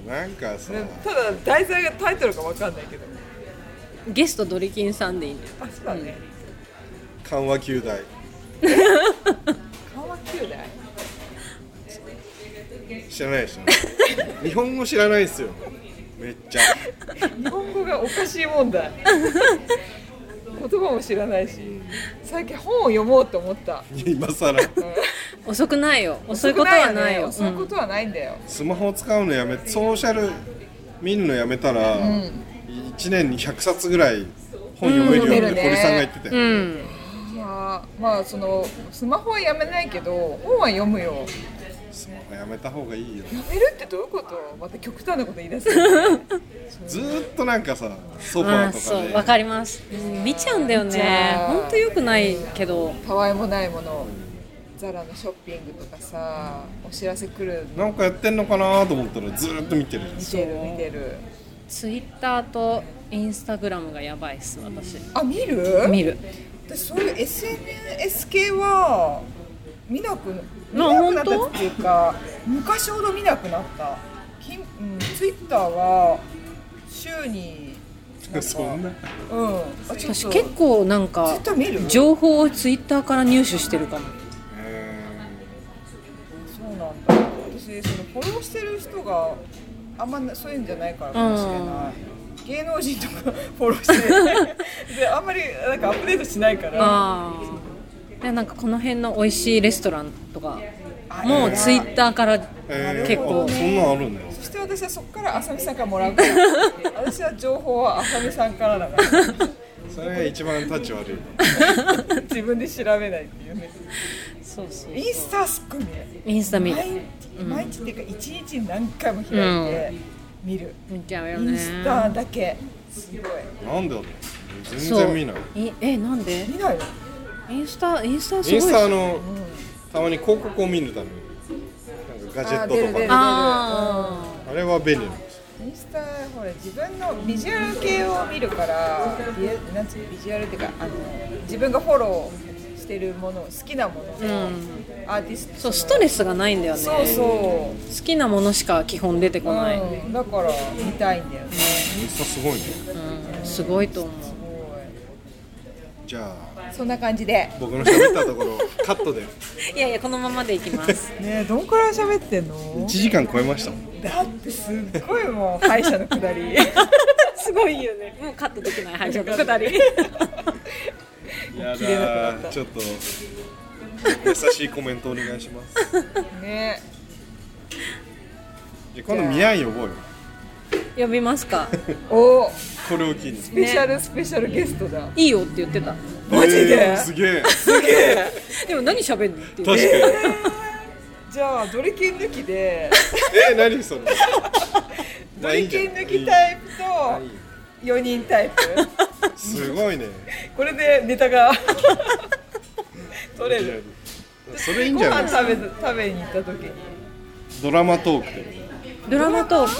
Speaker 3: うなんかさ
Speaker 1: ねただ題材がタイトルがわかんないけど
Speaker 2: ゲストドリキンさんでいいんだよ
Speaker 1: あそうだね、
Speaker 3: 緩和球大
Speaker 1: 緩和球だよ
Speaker 3: 知らないでしょ日本語知らないですよめっちゃ
Speaker 1: 日本語がおかしい問
Speaker 2: *laughs*
Speaker 1: 題言葉も知らないし最近本を読もうと思った
Speaker 3: 今さら
Speaker 2: 遅くないよ遅いことはないよ
Speaker 1: そういう
Speaker 2: うん
Speaker 1: ことはないんだよ、
Speaker 3: スマホを使うのやめソーシャル見るのやめたら、1年に100冊ぐらい本読めるよ
Speaker 1: うん読め
Speaker 3: うに
Speaker 1: る
Speaker 3: って
Speaker 1: ね
Speaker 3: 堀さんが言ってたよ、
Speaker 2: うん
Speaker 1: いやーまあそのスマホはやめないけど本は読むよ
Speaker 3: スマホやめた方がいいよ
Speaker 1: やめるってどういうことまた極端なこと言い出すよ
Speaker 2: *laughs*
Speaker 1: ね
Speaker 3: ずーっとなんかさソフ
Speaker 2: あ
Speaker 3: ァ
Speaker 2: あそう
Speaker 3: ー
Speaker 2: わ
Speaker 3: とか
Speaker 2: かります見ちゃうんだよ
Speaker 1: 見ち
Speaker 2: ね
Speaker 1: ゃう
Speaker 2: 本当良くないけど
Speaker 1: たわいもないものザラのショッピングとかさお知らせ来る
Speaker 3: でなんかやってんのかなと思ったらずーっと
Speaker 2: *laughs*
Speaker 3: 見てるじゃん
Speaker 1: 見てる見てる
Speaker 2: ツイッターとインスタグラムがやばいっす私
Speaker 1: あ見る
Speaker 2: 見る
Speaker 1: 私そういう SNS 系は見なく見
Speaker 2: な
Speaker 1: なくなっ
Speaker 2: 本当
Speaker 1: たっていうか昔ほど見なくなったきん、うん、ツイッターは週になんか
Speaker 3: そんな
Speaker 1: うんあちょっ
Speaker 2: 私
Speaker 1: と
Speaker 2: 結構なんか
Speaker 1: ツイッター見る
Speaker 2: 情報をツイッターから入手してるかも
Speaker 1: そうなんだ私そのフォローしてる人があんまなそういうんじゃないからかもしれない芸能人とかフォロー
Speaker 2: *laughs*
Speaker 1: してであんまりなんかアップデートしないから
Speaker 2: ああでなんかこの辺の美味しいレストランとか
Speaker 1: あ
Speaker 2: もう
Speaker 1: いいな
Speaker 2: ツイッターから
Speaker 3: えー
Speaker 2: 結構
Speaker 3: あそんなんあるんだよ
Speaker 1: そして私はそこから浅見さんからもらうから私は情報は浅見さんからだからそ
Speaker 3: そ
Speaker 1: こ
Speaker 3: れが一番タッチ悪いね
Speaker 1: 自分で調べないっていうね
Speaker 2: そうそう
Speaker 1: インスタすっごい見る
Speaker 2: インスタ見る
Speaker 1: 毎日毎日っていうか一日に何回も開いて見る、
Speaker 2: 見ちゃうよ
Speaker 1: イ
Speaker 2: ね
Speaker 1: ンスタだけすごい
Speaker 3: なんでだろう全
Speaker 2: そう
Speaker 3: 然見ない
Speaker 2: いえなんで
Speaker 1: 見ないの
Speaker 2: インスタインスタす
Speaker 3: イ
Speaker 2: ごいっ
Speaker 3: ン
Speaker 2: す
Speaker 3: スタのたまに広告を見るためになんかガジェット
Speaker 1: あー出る
Speaker 3: とか
Speaker 1: 出
Speaker 3: で
Speaker 1: る
Speaker 3: あ
Speaker 2: ああ
Speaker 3: れは便利なんですよ
Speaker 1: インスタほら自分のビジュアル系を見るからビエなんつうのビジュアルっていうかあの自分がフォローしてるもの好きなもの、アーティスト
Speaker 2: そうストレ
Speaker 1: ス
Speaker 2: スがないんだよね
Speaker 1: そうそ
Speaker 2: 好きなものしか基本出て
Speaker 1: う、
Speaker 2: こない、
Speaker 1: うん、だから見たいんだよねす
Speaker 3: インスタすごいね
Speaker 2: うんすごいと思う
Speaker 1: ごい
Speaker 3: じゃあ
Speaker 1: そんな感じで
Speaker 3: 僕の喋ったところカットで
Speaker 2: いやいやこのままでいきます
Speaker 1: ねえどんくらい喋ってんの
Speaker 3: 1時間超えました
Speaker 1: だってすっごいもう歯医者のくだり
Speaker 2: *laughs* すごいよねもうカットできない *laughs* 配色くだり
Speaker 3: や
Speaker 1: 切れなくなった
Speaker 3: ちょっと優しいコメントお願いします
Speaker 1: *laughs* ね
Speaker 3: じゃあ今度見合い呼ぼうよ
Speaker 2: 呼びますか
Speaker 1: お
Speaker 3: これを機に
Speaker 1: スペシャルスペシャルゲストだ、
Speaker 2: いいよって言ってた
Speaker 1: マジで
Speaker 3: えーすげえ
Speaker 2: でも何喋んのっていう
Speaker 3: 確かに
Speaker 1: じゃあドリキン抜きで
Speaker 3: えー何それ
Speaker 1: ドリキン抜きタ
Speaker 3: イ
Speaker 1: イプと4人タイプ
Speaker 3: すごいね
Speaker 1: これでネタ
Speaker 3: *laughs*
Speaker 1: が取れる
Speaker 3: それいいん
Speaker 1: ご
Speaker 3: じゃない
Speaker 1: 飯食べず食べに行った時に
Speaker 3: ドラマトークで
Speaker 2: ドラマトー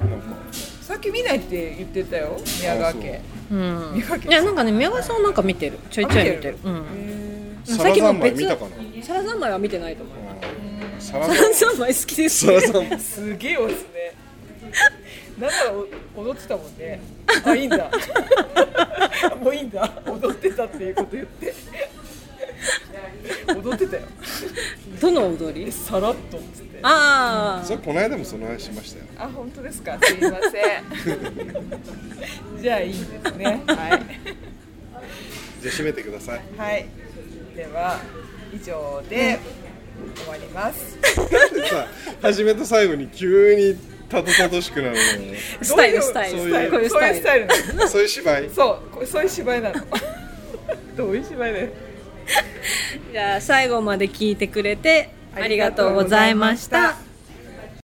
Speaker 3: なんか
Speaker 1: さっき見ないって言ってたよ宮川家
Speaker 2: クうん
Speaker 1: 宮川
Speaker 2: いやなんかね宮川さんはなんか見てるちょいちょい見てるうん
Speaker 3: サラ三昧見たかな
Speaker 2: サラ三昧は見てないと思う *laughs*
Speaker 3: サラ
Speaker 2: サラ三昧好きです
Speaker 3: サラ三昧
Speaker 1: すげえ押すねなんならお踊ってたもんねあいいんだもういいんだ踊ってたっていうこと言って踊ってたよ
Speaker 2: どの踊
Speaker 1: え
Speaker 2: り
Speaker 1: さらっとっつって
Speaker 2: あ
Speaker 3: それこの間もその話しましたよ
Speaker 1: あ本当ですかすいませんじゃあいいですねはい
Speaker 3: じゃあ締めてください
Speaker 1: はい。では以上で終わります。
Speaker 3: なんでさ初めと最後に急にたどたどしくなる
Speaker 2: あスタイルスタイル
Speaker 1: そ
Speaker 2: こ
Speaker 1: う
Speaker 2: う
Speaker 1: いう
Speaker 2: いうスタイ
Speaker 1: そうい
Speaker 2: ル
Speaker 1: うスタイルなの。
Speaker 3: のそういう芝居
Speaker 1: そうこうそういう芝 *laughs* 居なの。どういう芝居だよ。
Speaker 2: じゃあ最後まで聞いてくれてありがとうございました。